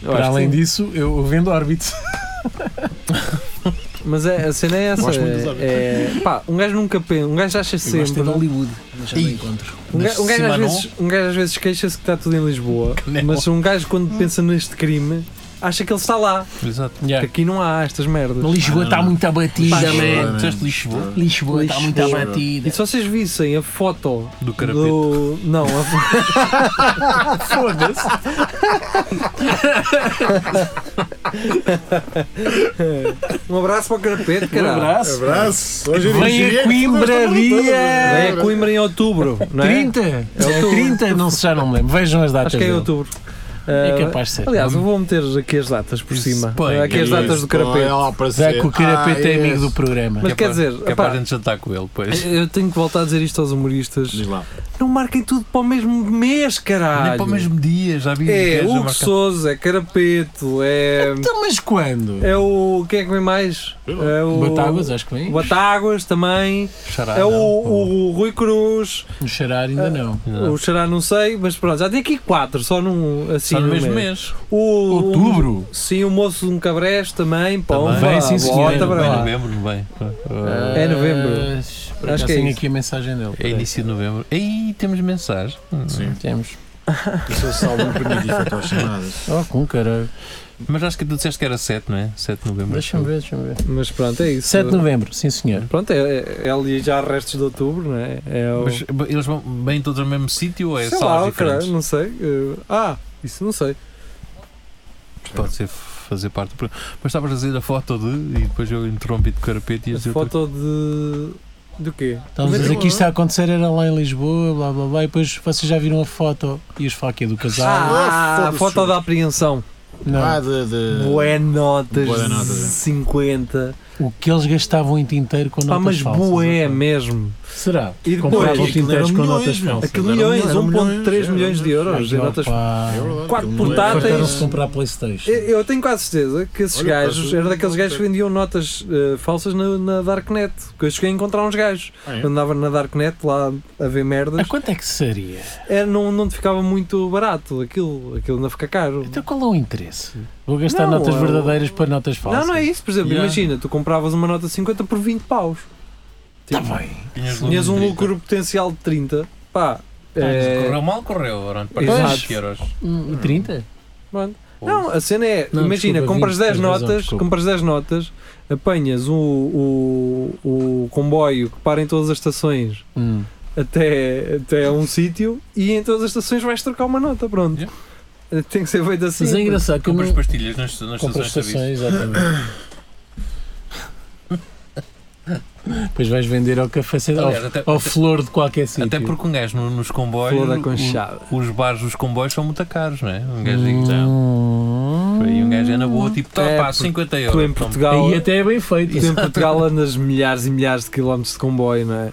Speaker 2: Eu acho
Speaker 5: Para
Speaker 2: que
Speaker 5: além
Speaker 2: sim.
Speaker 5: disso, eu vendo órbito.
Speaker 2: Mas é, a cena é essa.
Speaker 4: Gosto muito dos hábitos.
Speaker 2: É, é- pá, um gajo nunca pensa, um gajo acha sempre. Um
Speaker 5: Hollywood, mas já não encontro.
Speaker 2: gajo, um gajo às
Speaker 3: Simanon.
Speaker 2: vezes, um gajo às vezes queixa-se que está tudo em Lisboa,
Speaker 3: Não.
Speaker 2: mas um gajo quando pensa neste crime acha que ele está lá.
Speaker 3: Exato.
Speaker 2: Que aqui não há estas merdas.
Speaker 5: Lisboa está muito abatida,
Speaker 4: Pá, man.
Speaker 3: Disseste Lisboa?
Speaker 5: Lisboa
Speaker 2: está muito
Speaker 5: abatida.
Speaker 2: E se vocês vissem a foto
Speaker 3: Do carapete.
Speaker 2: do. Não, a fo-
Speaker 5: Foda-se.
Speaker 2: um abraço para o carapete,
Speaker 5: Um
Speaker 2: caralho.
Speaker 4: é?
Speaker 5: abraço. é
Speaker 4: Abraço. Hoje eu
Speaker 5: Vem
Speaker 4: diria
Speaker 5: a
Speaker 4: que
Speaker 5: Coimbra
Speaker 2: É
Speaker 5: dia
Speaker 2: a Coimbra em outubro, não é?
Speaker 5: 30. É
Speaker 2: outubro.
Speaker 5: 30, não sei, já não me lembro. Vejam as datas.
Speaker 2: Acho que é em
Speaker 5: dele.
Speaker 2: outubro.
Speaker 5: É
Speaker 2: Ah,
Speaker 5: capaz de ser.
Speaker 2: Aliás, eu vou meter aqui as datas por cima.
Speaker 3: põe.
Speaker 2: Aqui é as datas do
Speaker 4: é
Speaker 2: carapete.
Speaker 5: Já que o Carapete
Speaker 3: Ah,
Speaker 4: Ah,
Speaker 5: é amigo do programa.
Speaker 2: Mas
Speaker 3: é
Speaker 2: quer
Speaker 3: para-
Speaker 2: dizer,
Speaker 3: que é
Speaker 2: epá,
Speaker 3: para a gente jantar com ele, pois.
Speaker 2: Eu tenho que voltar a dizer isto aos humoristas.
Speaker 4: Diz lá.
Speaker 2: Não marquem tudo para o mesmo mês, caralho.
Speaker 3: Nem para o mesmo dia, já vi
Speaker 2: É
Speaker 3: que és a
Speaker 2: Hugo
Speaker 3: marcar-
Speaker 2: Souza, é Carapeto, é.
Speaker 5: Então, mas quando?
Speaker 2: É o. Quem é que vem mais? É o.
Speaker 5: Batáguas, acho que vem.
Speaker 2: Batáguas também.
Speaker 3: Xará,
Speaker 2: É o,
Speaker 3: não.
Speaker 2: o Rui Cruz.
Speaker 5: No Xarar
Speaker 2: Ah.
Speaker 5: ainda não.
Speaker 3: Não.
Speaker 2: O Xará não sei, mas pronto, já tem aqui quatro, só num. Assim,
Speaker 3: Está no
Speaker 2: num
Speaker 3: mesmo
Speaker 2: mês.
Speaker 3: mês.
Speaker 2: O,
Speaker 5: Outubro.
Speaker 2: o- sim, o moço de um cabrés também. Pomba,
Speaker 5: Vem, sim, senhor.
Speaker 2: bota para
Speaker 3: Bem,
Speaker 2: lá.
Speaker 3: novembro, não vem. Ah,
Speaker 2: É novembro.
Speaker 5: Mas,
Speaker 2: Acho
Speaker 5: por acaso
Speaker 2: que é
Speaker 5: tenho
Speaker 2: isso.
Speaker 5: aqui a mensagem dele.
Speaker 3: É início de novembro. Aí temos Hum. mensagem.
Speaker 4: Sim.
Speaker 5: Temos.
Speaker 4: Isso é salvo um primitivo para as chamadas.
Speaker 5: Oh, com caralho.
Speaker 3: Mas acho que tu disseste que era 7, não é? 7 de novembro.
Speaker 5: Deixa-me ver, deixa-me ver.
Speaker 2: Mas pronto, é isso.
Speaker 5: 7 de novembro, sim senhor.
Speaker 2: Pronto, é, é ali já restos de outubro, não é? É o.
Speaker 3: Mas b- eles vão bem todos ao mesmo sítio ou é
Speaker 2: sei
Speaker 3: salas
Speaker 2: lá, caralho,
Speaker 3: diferentes?
Speaker 2: não sei. eh, ah, isso não sei.
Speaker 3: Pode ser fazer parte do programa. Mas estavas a dizer a foto de. E depois eu interrompi de carapete e ia
Speaker 2: A
Speaker 3: dizer outra
Speaker 2: foto de. do quê?
Speaker 5: Estamos a
Speaker 2: Mas
Speaker 5: dizer
Speaker 2: eu-
Speaker 5: que isto está a acontecer, era lá em Lisboa, blá blá blá, e depois vocês já viram a foto e os faquia do casal.
Speaker 2: Ah,
Speaker 4: Ah,
Speaker 2: a
Speaker 4: foda-se.
Speaker 2: foto da apreensão.
Speaker 5: Não.
Speaker 4: Ah, de. de...
Speaker 2: Bué notas,
Speaker 4: Bué notas, é.
Speaker 2: 50.
Speaker 5: O que eles gastavam em tinteiro com
Speaker 2: Pá,
Speaker 5: notas
Speaker 2: Ah, mas
Speaker 5: falsas.
Speaker 2: bué mesmo. um
Speaker 5: Será?
Speaker 2: E depois-
Speaker 5: Compravam
Speaker 2: Aquilo
Speaker 5: tinteiros com
Speaker 4: eram
Speaker 5: notas
Speaker 4: milhões,
Speaker 5: falsas.
Speaker 2: Aquilo
Speaker 4: eram
Speaker 2: milhões,
Speaker 4: milhões, eram
Speaker 2: 1.3
Speaker 4: milhões,
Speaker 2: milhões de
Speaker 4: eram
Speaker 2: euros em
Speaker 5: Ai,
Speaker 2: notas.
Speaker 5: opa.
Speaker 4: É verdade,
Speaker 2: Quatro
Speaker 4: aquilo não é-
Speaker 2: portáteis.
Speaker 5: Fartaram-se de comprar Playstation.
Speaker 2: Eu eu tenho quase certeza que esses
Speaker 4: Olha,
Speaker 2: gajos
Speaker 4: quase
Speaker 2: eram daqueles
Speaker 4: um
Speaker 2: gajos que vendiam notas eh, falsas na, na Darknet. Que eu cheguei a encontrar uns gajos.
Speaker 4: Ah, é?
Speaker 2: Andava na Darknet lá a ver
Speaker 5: A
Speaker 2: merdas.
Speaker 5: quanto é que seria?
Speaker 2: É, não, não te ficava muito barato aquilo. Aquilo ainda fica caro.
Speaker 5: Então qual é o interesse? Vou gastar
Speaker 2: Não,
Speaker 5: notas
Speaker 2: eu-
Speaker 5: verdadeiras para notas
Speaker 2: Não,
Speaker 5: falsas.
Speaker 2: não é isso. Por exemplo,
Speaker 3: Yeah.
Speaker 2: imagina, tu compravas uma nota de 50 por 20 paus. Tipo,
Speaker 5: Está Tá bem.
Speaker 3: Tinhas
Speaker 2: Tinhas um
Speaker 3: lucro de
Speaker 2: lucro potencial de 30. Pá.
Speaker 5: Tá,
Speaker 3: trinta.
Speaker 2: É,
Speaker 3: Correu mal, correu. Eram
Speaker 2: Exato.
Speaker 3: 7 euros.
Speaker 5: Hum, 30?
Speaker 2: pronto. Não, a cena é,
Speaker 5: Não,
Speaker 2: imagina,
Speaker 5: desculpa,
Speaker 2: compras
Speaker 5: 20,
Speaker 2: 10
Speaker 5: tens razão,
Speaker 2: notas,
Speaker 5: desculpa.
Speaker 2: compras 10 notas, apanhas o, o, o comboio que para em todas as estações
Speaker 5: Hum.
Speaker 2: até, até
Speaker 5: (laughs)
Speaker 2: a um sítio e em todas as estações vais trocar uma nota, pronto.
Speaker 3: Yeah.
Speaker 2: Tem que ser feito assim.
Speaker 5: Mas é engraçado que eu
Speaker 3: Compras
Speaker 5: não...
Speaker 3: pastilhas nas, nas
Speaker 5: Compras
Speaker 3: estações de serviço.
Speaker 5: estações, exatamente. (laughs) Depois vais vender ao café central,
Speaker 3: Aliás, até-
Speaker 5: ao, ao flor de qualquer sítio.
Speaker 3: Até porque um gajo no- nos comboios.
Speaker 2: Flor da
Speaker 3: o-
Speaker 2: Conchada.
Speaker 3: Os bares dos comboios são muito caros, não é? Um gajo digo, não.
Speaker 5: Hum.
Speaker 3: E um gajo é na boa, tipo, tá,
Speaker 2: É,
Speaker 3: pá,
Speaker 2: porque
Speaker 3: 50 euros.
Speaker 2: Tu em
Speaker 3: toma.
Speaker 2: Portugal,
Speaker 5: Aí até é bem feito.
Speaker 2: tu em Portugal andas milhares e milhares de quilómetros de comboio, não é?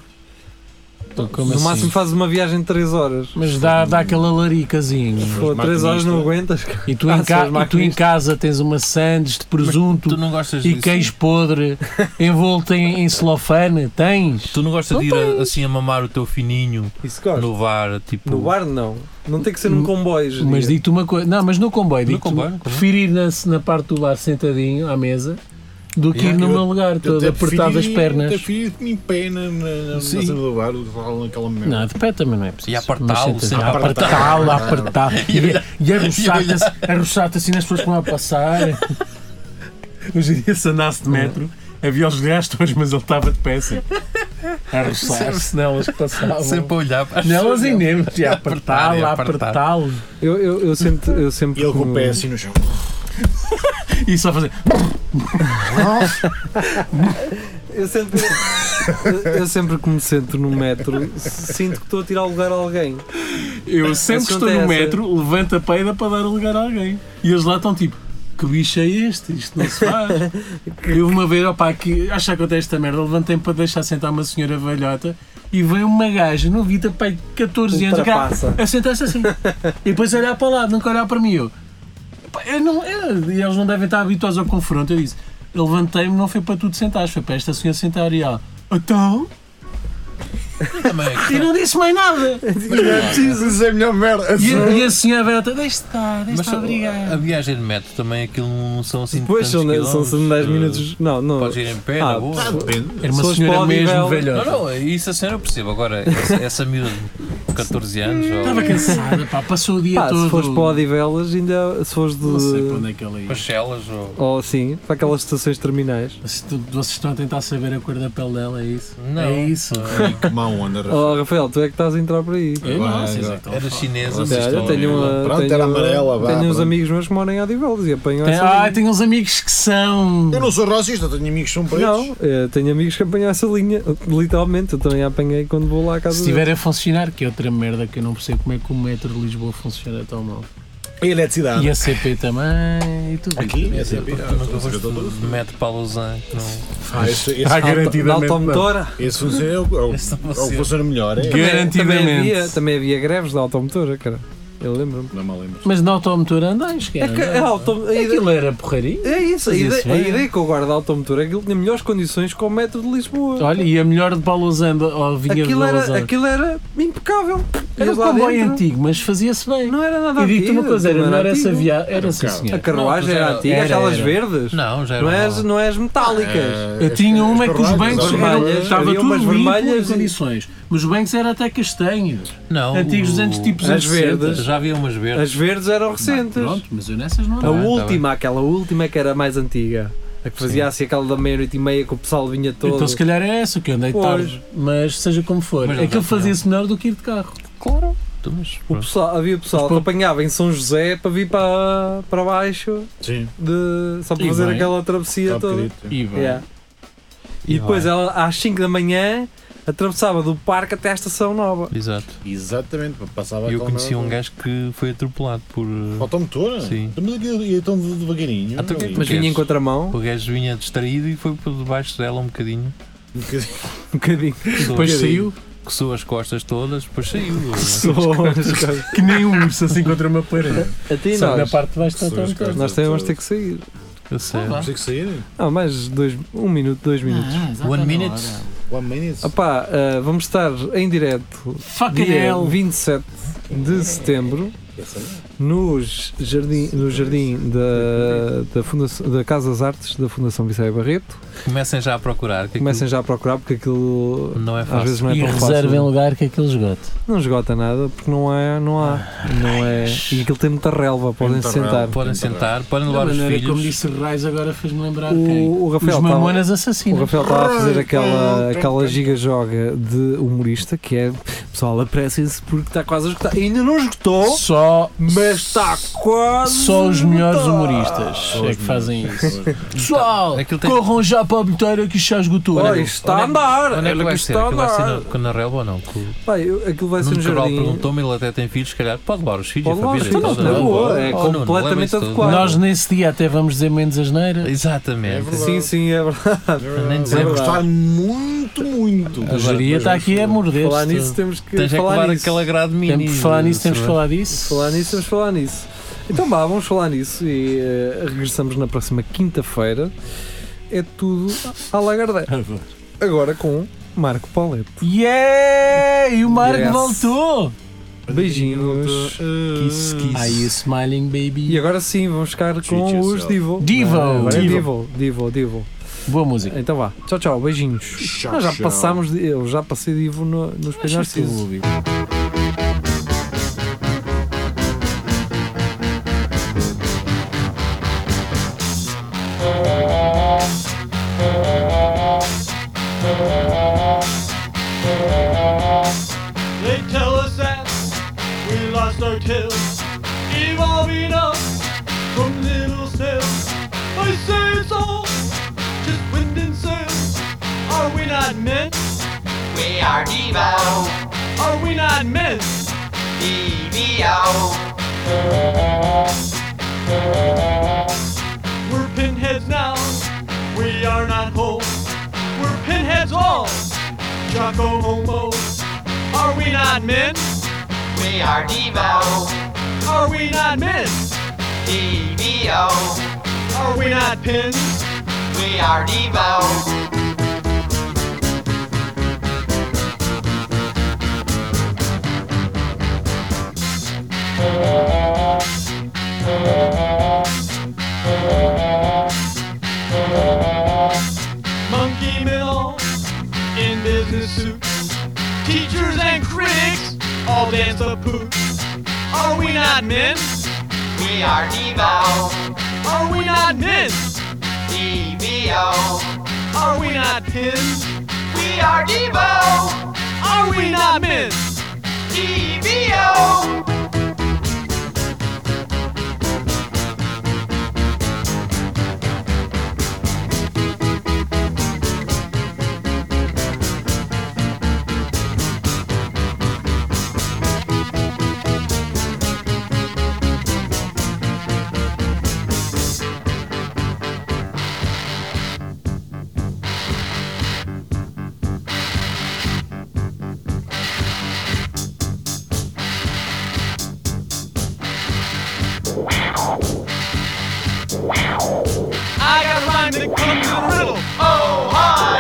Speaker 5: Então, como
Speaker 2: no
Speaker 5: assim?
Speaker 2: máximo fazes uma viagem de 3 horas.
Speaker 5: Mas dá, dá aquela laricazinho.
Speaker 2: Pô, 3 horas não aguentas.
Speaker 5: E tu,
Speaker 2: Ah,
Speaker 5: em
Speaker 2: são
Speaker 5: ca-
Speaker 2: os
Speaker 5: e tu em
Speaker 2: maquinistas.
Speaker 5: casa tens uma sandes de
Speaker 3: Tu
Speaker 5: presunto
Speaker 3: não gostas
Speaker 5: e
Speaker 3: disso?
Speaker 5: queijo podre envolto em, em celofane. Tens?
Speaker 3: Tu não gostas de ir a- assim a mamar o teu fininho
Speaker 2: Isso gosto.
Speaker 3: no bar, tipo.
Speaker 2: No bar não. Não tem que ser num comboio. diria.
Speaker 5: Mas digo-te uma coisa. Não, mas no comboio,
Speaker 3: No
Speaker 5: digo-te
Speaker 3: comboio, no comboio.
Speaker 5: preferir na, na parte do lar sentadinho à mesa do que ir
Speaker 4: Yeah.
Speaker 5: no
Speaker 4: Eu-
Speaker 5: meu lugar,
Speaker 4: Eu
Speaker 5: todo
Speaker 4: até
Speaker 5: apertado as
Speaker 4: preferi-
Speaker 5: pernas.
Speaker 4: Até preferi de mim pé na, na, na
Speaker 5: Sim.
Speaker 4: cena do bar do que falar naquela merda.
Speaker 5: Não, de pé também não é preciso.
Speaker 3: E apertá-lo,
Speaker 5: Mas senta-se,
Speaker 3: sim.
Speaker 5: apertá-lo, apertá-lo.
Speaker 3: E olhar-
Speaker 5: (laughs) E, e arrochar-te arrochar assim nas pessoas que vão a passar. (laughs) Hoje em dia, se andasse de metro, havia os gastões, mas ele estava de pé sempre. A arrochar-se nelas que
Speaker 2: tá
Speaker 5: passavam.
Speaker 3: Sempre a olhar para as
Speaker 5: Nelas
Speaker 3: pessoas.
Speaker 5: e neles, e a apertá-lo, a
Speaker 3: apertar.
Speaker 5: apertá-lo.
Speaker 2: Eu, eu, eu sempre. Eu sempre
Speaker 4: (laughs) E ele com o
Speaker 2: como-
Speaker 4: pé assim no chão.
Speaker 5: E só fazer.
Speaker 2: Eu sempre, eu, eu sempre que me sento no metro, sinto que estou a tirar lugar a alguém.
Speaker 5: Eu sempre que estou no
Speaker 2: Acontece.
Speaker 5: metro, levanto a peida para dar lugar a alguém. E eles lá estão tipo, que bicho é este? Isto não se faz.
Speaker 2: (laughs)
Speaker 5: Eu uma vez, opá, que acho que acontece esta merda, levantei-me para deixar sentar uma senhora velhota e veio uma gaja, não vi, pai de 14 anos, cá,
Speaker 2: Ultrapassa.
Speaker 5: a sentar-se assim. e depois olhar para lá, nunca olhar para mim. Eu, "Pá, eu não, eu- e eles não devem estar habituados ao confronto. Eu disse, eu levantei-me, não foi para tu te sentares, foi para esta senhora sentar e ela, então?
Speaker 2: (laughs)
Speaker 3: Também é
Speaker 5: E
Speaker 3: questão-
Speaker 5: não disse mais nada.
Speaker 4: Jesus, é a melhor merda.
Speaker 5: E, a- e a senhora velhota, deixa estar, deixa
Speaker 3: Mas
Speaker 5: estar, obrigado.
Speaker 3: a viagem de metro também aquilo não são assim
Speaker 2: Depois são,
Speaker 3: tantos
Speaker 2: são, são 10
Speaker 3: quilómetros, Uh,
Speaker 2: minutos. Não, não.
Speaker 3: Podes ir em pé,
Speaker 2: Ah,
Speaker 3: na boa.
Speaker 4: Ah, depende.
Speaker 5: Era
Speaker 2: Se
Speaker 5: uma
Speaker 2: fosse
Speaker 5: senhora
Speaker 2: para o nível-
Speaker 5: mesmo
Speaker 3: Não,
Speaker 5: velhota.
Speaker 3: não, isso a cena eu percebo. Agora, essa, essa miúda de 14 anos.
Speaker 2: Tá
Speaker 3: ou-
Speaker 5: Estava cansada, pá, passou o dia
Speaker 2: Pá,
Speaker 5: todo.
Speaker 2: se fores para o Odivelas, ainda. Se fores
Speaker 5: Não sei para
Speaker 2: de.
Speaker 5: onde é que ela ia.
Speaker 3: Pachelas ou.
Speaker 2: Ou assim, para aquelas estações terminais.
Speaker 5: Vocês estão- Vocês estão a tentar saber a cor da pele dela, é isso?
Speaker 3: Não.
Speaker 5: É isso.
Speaker 4: Ai, que mau onda, Rafa.
Speaker 2: Oh, Rafael, tu é que estás a entrar por aí.
Speaker 5: Eu não,
Speaker 4: Vai,
Speaker 5: vocês é
Speaker 4: vai.
Speaker 5: que estão a
Speaker 3: Era
Speaker 5: falar.
Speaker 3: chinesa,
Speaker 4: Vocês
Speaker 3: mas
Speaker 2: Olha,
Speaker 3: estão-
Speaker 4: estão
Speaker 2: tenho uma,
Speaker 4: Pronto,
Speaker 2: tenho,
Speaker 4: era amarela, vá,
Speaker 2: tenho uns
Speaker 4: pronto.
Speaker 2: amigos meus que moram em Odivelas e apanham
Speaker 5: Tem,
Speaker 2: essa
Speaker 5: ah,
Speaker 2: linha.
Speaker 5: tenho uns amigos que são.
Speaker 4: Eu não sou racista, tenho amigos que são pretos.
Speaker 2: Não, eh, tenho amigos que apanham essa linha, literalmente. Eu também a apanhei quando vou lá à casa
Speaker 5: Se
Speaker 2: deles.
Speaker 5: estiver a funcionar, que é outra merda que eu não percebo como é que o metro de Lisboa funciona tão mal.
Speaker 4: E eletricidade.
Speaker 5: E a CP também, e tudo.
Speaker 4: Aqui,
Speaker 5: Também.
Speaker 4: é sempre.
Speaker 3: Eu nunca foste de metro para Lausanne. que Não...
Speaker 4: Ah, esse, esse,
Speaker 5: Ah,
Speaker 2: Da
Speaker 5: garantidamente. não.
Speaker 2: automotora.
Speaker 4: esse funciona é o, é o,
Speaker 3: Esse não
Speaker 4: é o que
Speaker 3: funciona.
Speaker 4: funciona melhor. É.
Speaker 2: Também
Speaker 5: Garantidamente.
Speaker 2: havia, também havia greves da automotora, cara. Eu lembro-me.
Speaker 4: Não é me lembro.
Speaker 5: Mas na automotora andais, que
Speaker 2: É, que a auto- a ide-
Speaker 5: Aquilo era porreirinho.
Speaker 2: é isso, a
Speaker 5: Mas
Speaker 2: ideia,
Speaker 5: isso
Speaker 2: a
Speaker 5: é.
Speaker 2: ideia que eu guardo da automotora é que ele tinha melhores condições com o metro de Lisboa.
Speaker 5: Olha, e a melhor de Balozando, ou vinha de
Speaker 2: aquilo, era,
Speaker 5: Balozando.
Speaker 2: aquilo era impecável.
Speaker 5: Era um
Speaker 2: Ias lá
Speaker 5: comboio
Speaker 2: dentro,
Speaker 5: antigo, mas fazia-se bem.
Speaker 2: Não era nada
Speaker 5: E digo-te uma
Speaker 2: antigo,
Speaker 5: coisa, era
Speaker 2: não
Speaker 5: melhor essa
Speaker 2: antigo.
Speaker 5: viagem. Era sim,
Speaker 2: A
Speaker 5: senhor.
Speaker 2: carruagem
Speaker 3: Não,
Speaker 2: era,
Speaker 3: era-
Speaker 2: antiga,
Speaker 5: era,
Speaker 2: aquelas
Speaker 5: era.
Speaker 2: verdes.
Speaker 3: não, já era.
Speaker 2: Não és,
Speaker 3: uma-
Speaker 2: não és metálicas.
Speaker 4: É,
Speaker 5: Eu tinha
Speaker 4: as-
Speaker 5: uma
Speaker 4: as
Speaker 5: que os
Speaker 4: carruagens,
Speaker 5: bancos
Speaker 4: as
Speaker 5: eram,
Speaker 2: vermelhas,
Speaker 5: estava
Speaker 2: havia
Speaker 5: tudo
Speaker 2: umas
Speaker 5: limpo
Speaker 2: vermelhas e-
Speaker 5: vermelhas em condições, mas os bancos eram até castanhos,
Speaker 3: não,
Speaker 5: antigos
Speaker 3: o-
Speaker 5: dos anos tipos
Speaker 2: as
Speaker 5: anos 60.
Speaker 2: verdes.
Speaker 3: Já havia umas verdes.
Speaker 2: As verdes eram recentes.
Speaker 5: Ah, Pronto, mas eu nessas não
Speaker 2: A
Speaker 5: andava.
Speaker 3: bem, É. tá
Speaker 2: última, aquela última é que era a mais antiga. A que fazia assim aquela da meia-noite e meia que o pessoal vinha todo.
Speaker 5: Então se calhar é essa que eu andei
Speaker 2: Pois.
Speaker 5: tarde, mas seja como for,
Speaker 3: Mas não
Speaker 5: aquilo
Speaker 3: dá para
Speaker 5: fazia-se melhor do que ir de carro.
Speaker 3: Claro. Tu, mas,
Speaker 2: O
Speaker 3: pronto.
Speaker 2: pessoal, havia pessoal que apanhava em São José para vir para, para baixo
Speaker 4: Sim,
Speaker 2: de, só para
Speaker 5: E
Speaker 2: fazer
Speaker 5: bem.
Speaker 2: aquela travessia
Speaker 4: está
Speaker 2: toda.
Speaker 4: pequenito.
Speaker 5: E vai.
Speaker 2: Yeah. E
Speaker 3: E
Speaker 2: depois
Speaker 3: vai.
Speaker 2: ela às 5 da manhã atravessava do parque até à Estação Nova.
Speaker 3: Exato.
Speaker 4: Exatamente, passava
Speaker 3: E eu
Speaker 4: aquela
Speaker 3: conheci
Speaker 4: merda.
Speaker 3: um gajo que foi atropelado por. uh,
Speaker 4: Automotora?
Speaker 3: Sim.
Speaker 4: Então, Mas aquilo ia tão devagarinho.
Speaker 3: Ah, tu que-
Speaker 4: ali.
Speaker 2: Mas vinha em
Speaker 3: Queres?
Speaker 2: contramão,
Speaker 3: O gajo vinha distraído e foi por debaixo dela um bocadinho.
Speaker 4: Um bocadinho.
Speaker 2: um bocadinho.
Speaker 5: Depois
Speaker 3: Coçou-
Speaker 5: saiu,
Speaker 3: Coçou as costas todas, depois saiu.
Speaker 5: que nem um urso assim contra uma parede.
Speaker 2: (laughs) A ti
Speaker 5: Só que na
Speaker 2: nós.
Speaker 5: parte de baixo está
Speaker 4: Só as
Speaker 5: tão
Speaker 4: costas.
Speaker 2: (laughs) Nós também vamos ter que sair.
Speaker 3: Eu sei.
Speaker 5: Ah, vá.
Speaker 4: Vamos ter que sair.
Speaker 2: Ah, mais dois, um minuto, dois minutos.
Speaker 3: One minute.
Speaker 4: One minute.
Speaker 2: Opá, ah, vamos estar em direto
Speaker 5: Fucking
Speaker 2: dia
Speaker 5: hell.
Speaker 2: 27 de setembro nos jardim, no jardim da, da, Fundação, da Casa das Artes da Fundação Vicente Barreto.
Speaker 3: Comecem já a procurar. Que
Speaker 2: Comecem já a procurar porque aquilo
Speaker 3: aquilo Não é
Speaker 2: às
Speaker 3: fácil.
Speaker 2: vezes não é
Speaker 5: E
Speaker 2: tão fácil.
Speaker 5: reservem lugar que aquilo esgote.
Speaker 2: Não esgota nada porque não há, não há, não é. E aquilo tem muita relva, podem
Speaker 4: muita
Speaker 2: se sentar.
Speaker 4: relva.
Speaker 3: Podem
Speaker 4: Tem
Speaker 3: sentar, podem levar os
Speaker 5: maneira
Speaker 3: filhos.
Speaker 5: como disse Reis agora fez-me lembrar quem?
Speaker 2: O, o Rafael
Speaker 5: Ah, Os
Speaker 2: estava-
Speaker 5: Mamonas
Speaker 2: O
Speaker 5: Assassinos.
Speaker 2: Rafael estava a fazer aquela, aquela giga-joga de humorista que é pessoal, apressem-se porque está quase a esgotar. Ainda não esgotou,
Speaker 5: Só,
Speaker 2: mas está quase.
Speaker 5: só os
Speaker 2: a
Speaker 5: melhores
Speaker 2: esgotar.
Speaker 5: humoristas é que fazem isso. Pessoal,
Speaker 3: Aquilo tem-
Speaker 5: corram já para a bilheteira que isto já esgotou.
Speaker 2: Olha, isto está a andar.
Speaker 3: Onde é que
Speaker 2: olha
Speaker 3: vai
Speaker 2: isto
Speaker 3: ser?
Speaker 2: está a
Speaker 3: Aquilo vai ser
Speaker 2: andar.
Speaker 3: na, com- na relva ou não? Que o
Speaker 2: Pá, eu- aquilo vai ser no
Speaker 3: Nuno Cabral
Speaker 2: um jardim.
Speaker 3: perguntou-me, ele até tem filhos, se calhar pode levar os filhos.
Speaker 2: Pode levar
Speaker 3: a
Speaker 2: os
Speaker 3: família
Speaker 2: filhos,
Speaker 3: toda.
Speaker 4: na boa,
Speaker 2: é
Speaker 3: Oh, Nuno,
Speaker 2: completamente
Speaker 3: levem-se todos.
Speaker 2: adequado.
Speaker 5: Nós nesse dia até vamos dizer menos asneira.
Speaker 4: É
Speaker 3: Exatamente.
Speaker 4: verdade.
Speaker 2: Sim, sim, é verdade.
Speaker 3: Nem
Speaker 4: Vai
Speaker 3: dizer.
Speaker 2: verdade.
Speaker 4: gostar muito, muito.
Speaker 5: A geria está aqui a morder.
Speaker 2: Falar nisso temos que
Speaker 3: Tens é que
Speaker 2: falar
Speaker 3: levar
Speaker 2: nisso.
Speaker 3: aquele agrado mínimo.
Speaker 5: Temos que falar nisso, temos que
Speaker 3: Sabe?
Speaker 5: falar disso.
Speaker 2: Falar nisso, temos né? que falar nisso. Então vá, vamos falar nisso e eh, regressamos na próxima quinta-feira. É tudo à lagardeira. Agora com Marco Pauleto.
Speaker 5: Yeah! E o Marco
Speaker 2: Yes.
Speaker 5: voltou!
Speaker 2: Beijinhos.
Speaker 3: Kiss, kiss.
Speaker 5: Aí, smiling
Speaker 2: E
Speaker 5: baby.
Speaker 2: agora sim, vamos ficar
Speaker 4: Treat
Speaker 2: com os
Speaker 4: yourself.
Speaker 2: Divo.
Speaker 5: Divo.
Speaker 2: Agora é
Speaker 5: Divo.
Speaker 2: Divo, Divo, Divo.
Speaker 5: Boa música.
Speaker 2: Então vá. Tchau, tchau. Beijinhos.
Speaker 4: Tchau,
Speaker 2: Nós já
Speaker 4: tchau.
Speaker 2: passámos, de- eu já passei de Ivo no, nos Pés
Speaker 5: Acho que tu,
Speaker 2: Narciso.
Speaker 5: Vitor.
Speaker 7: They tell us that we lost our tails, evolving up from little sails. I say it's all just wind and sails. Are we not men?
Speaker 8: We are Devo,
Speaker 7: Are we not men?
Speaker 8: DVO,
Speaker 7: We're pinheads now. We are not whole. We're pinheads all. Jocko homo. Are we not men?
Speaker 8: we are Devo,
Speaker 7: Are we not men?
Speaker 8: DVO,
Speaker 7: Are we not pins?
Speaker 8: we are Devo,
Speaker 7: Monkey Mill in business suits. Teachers and critics all dance the poop. Are we not men?
Speaker 8: we are Devo,
Speaker 7: Are we not men?
Speaker 8: DVO,
Speaker 7: Are we not pins?
Speaker 8: we are Devo,
Speaker 7: Are we not men?
Speaker 8: DVO.
Speaker 7: I got a rhyme that comes in a riddle.
Speaker 8: Oh, hi.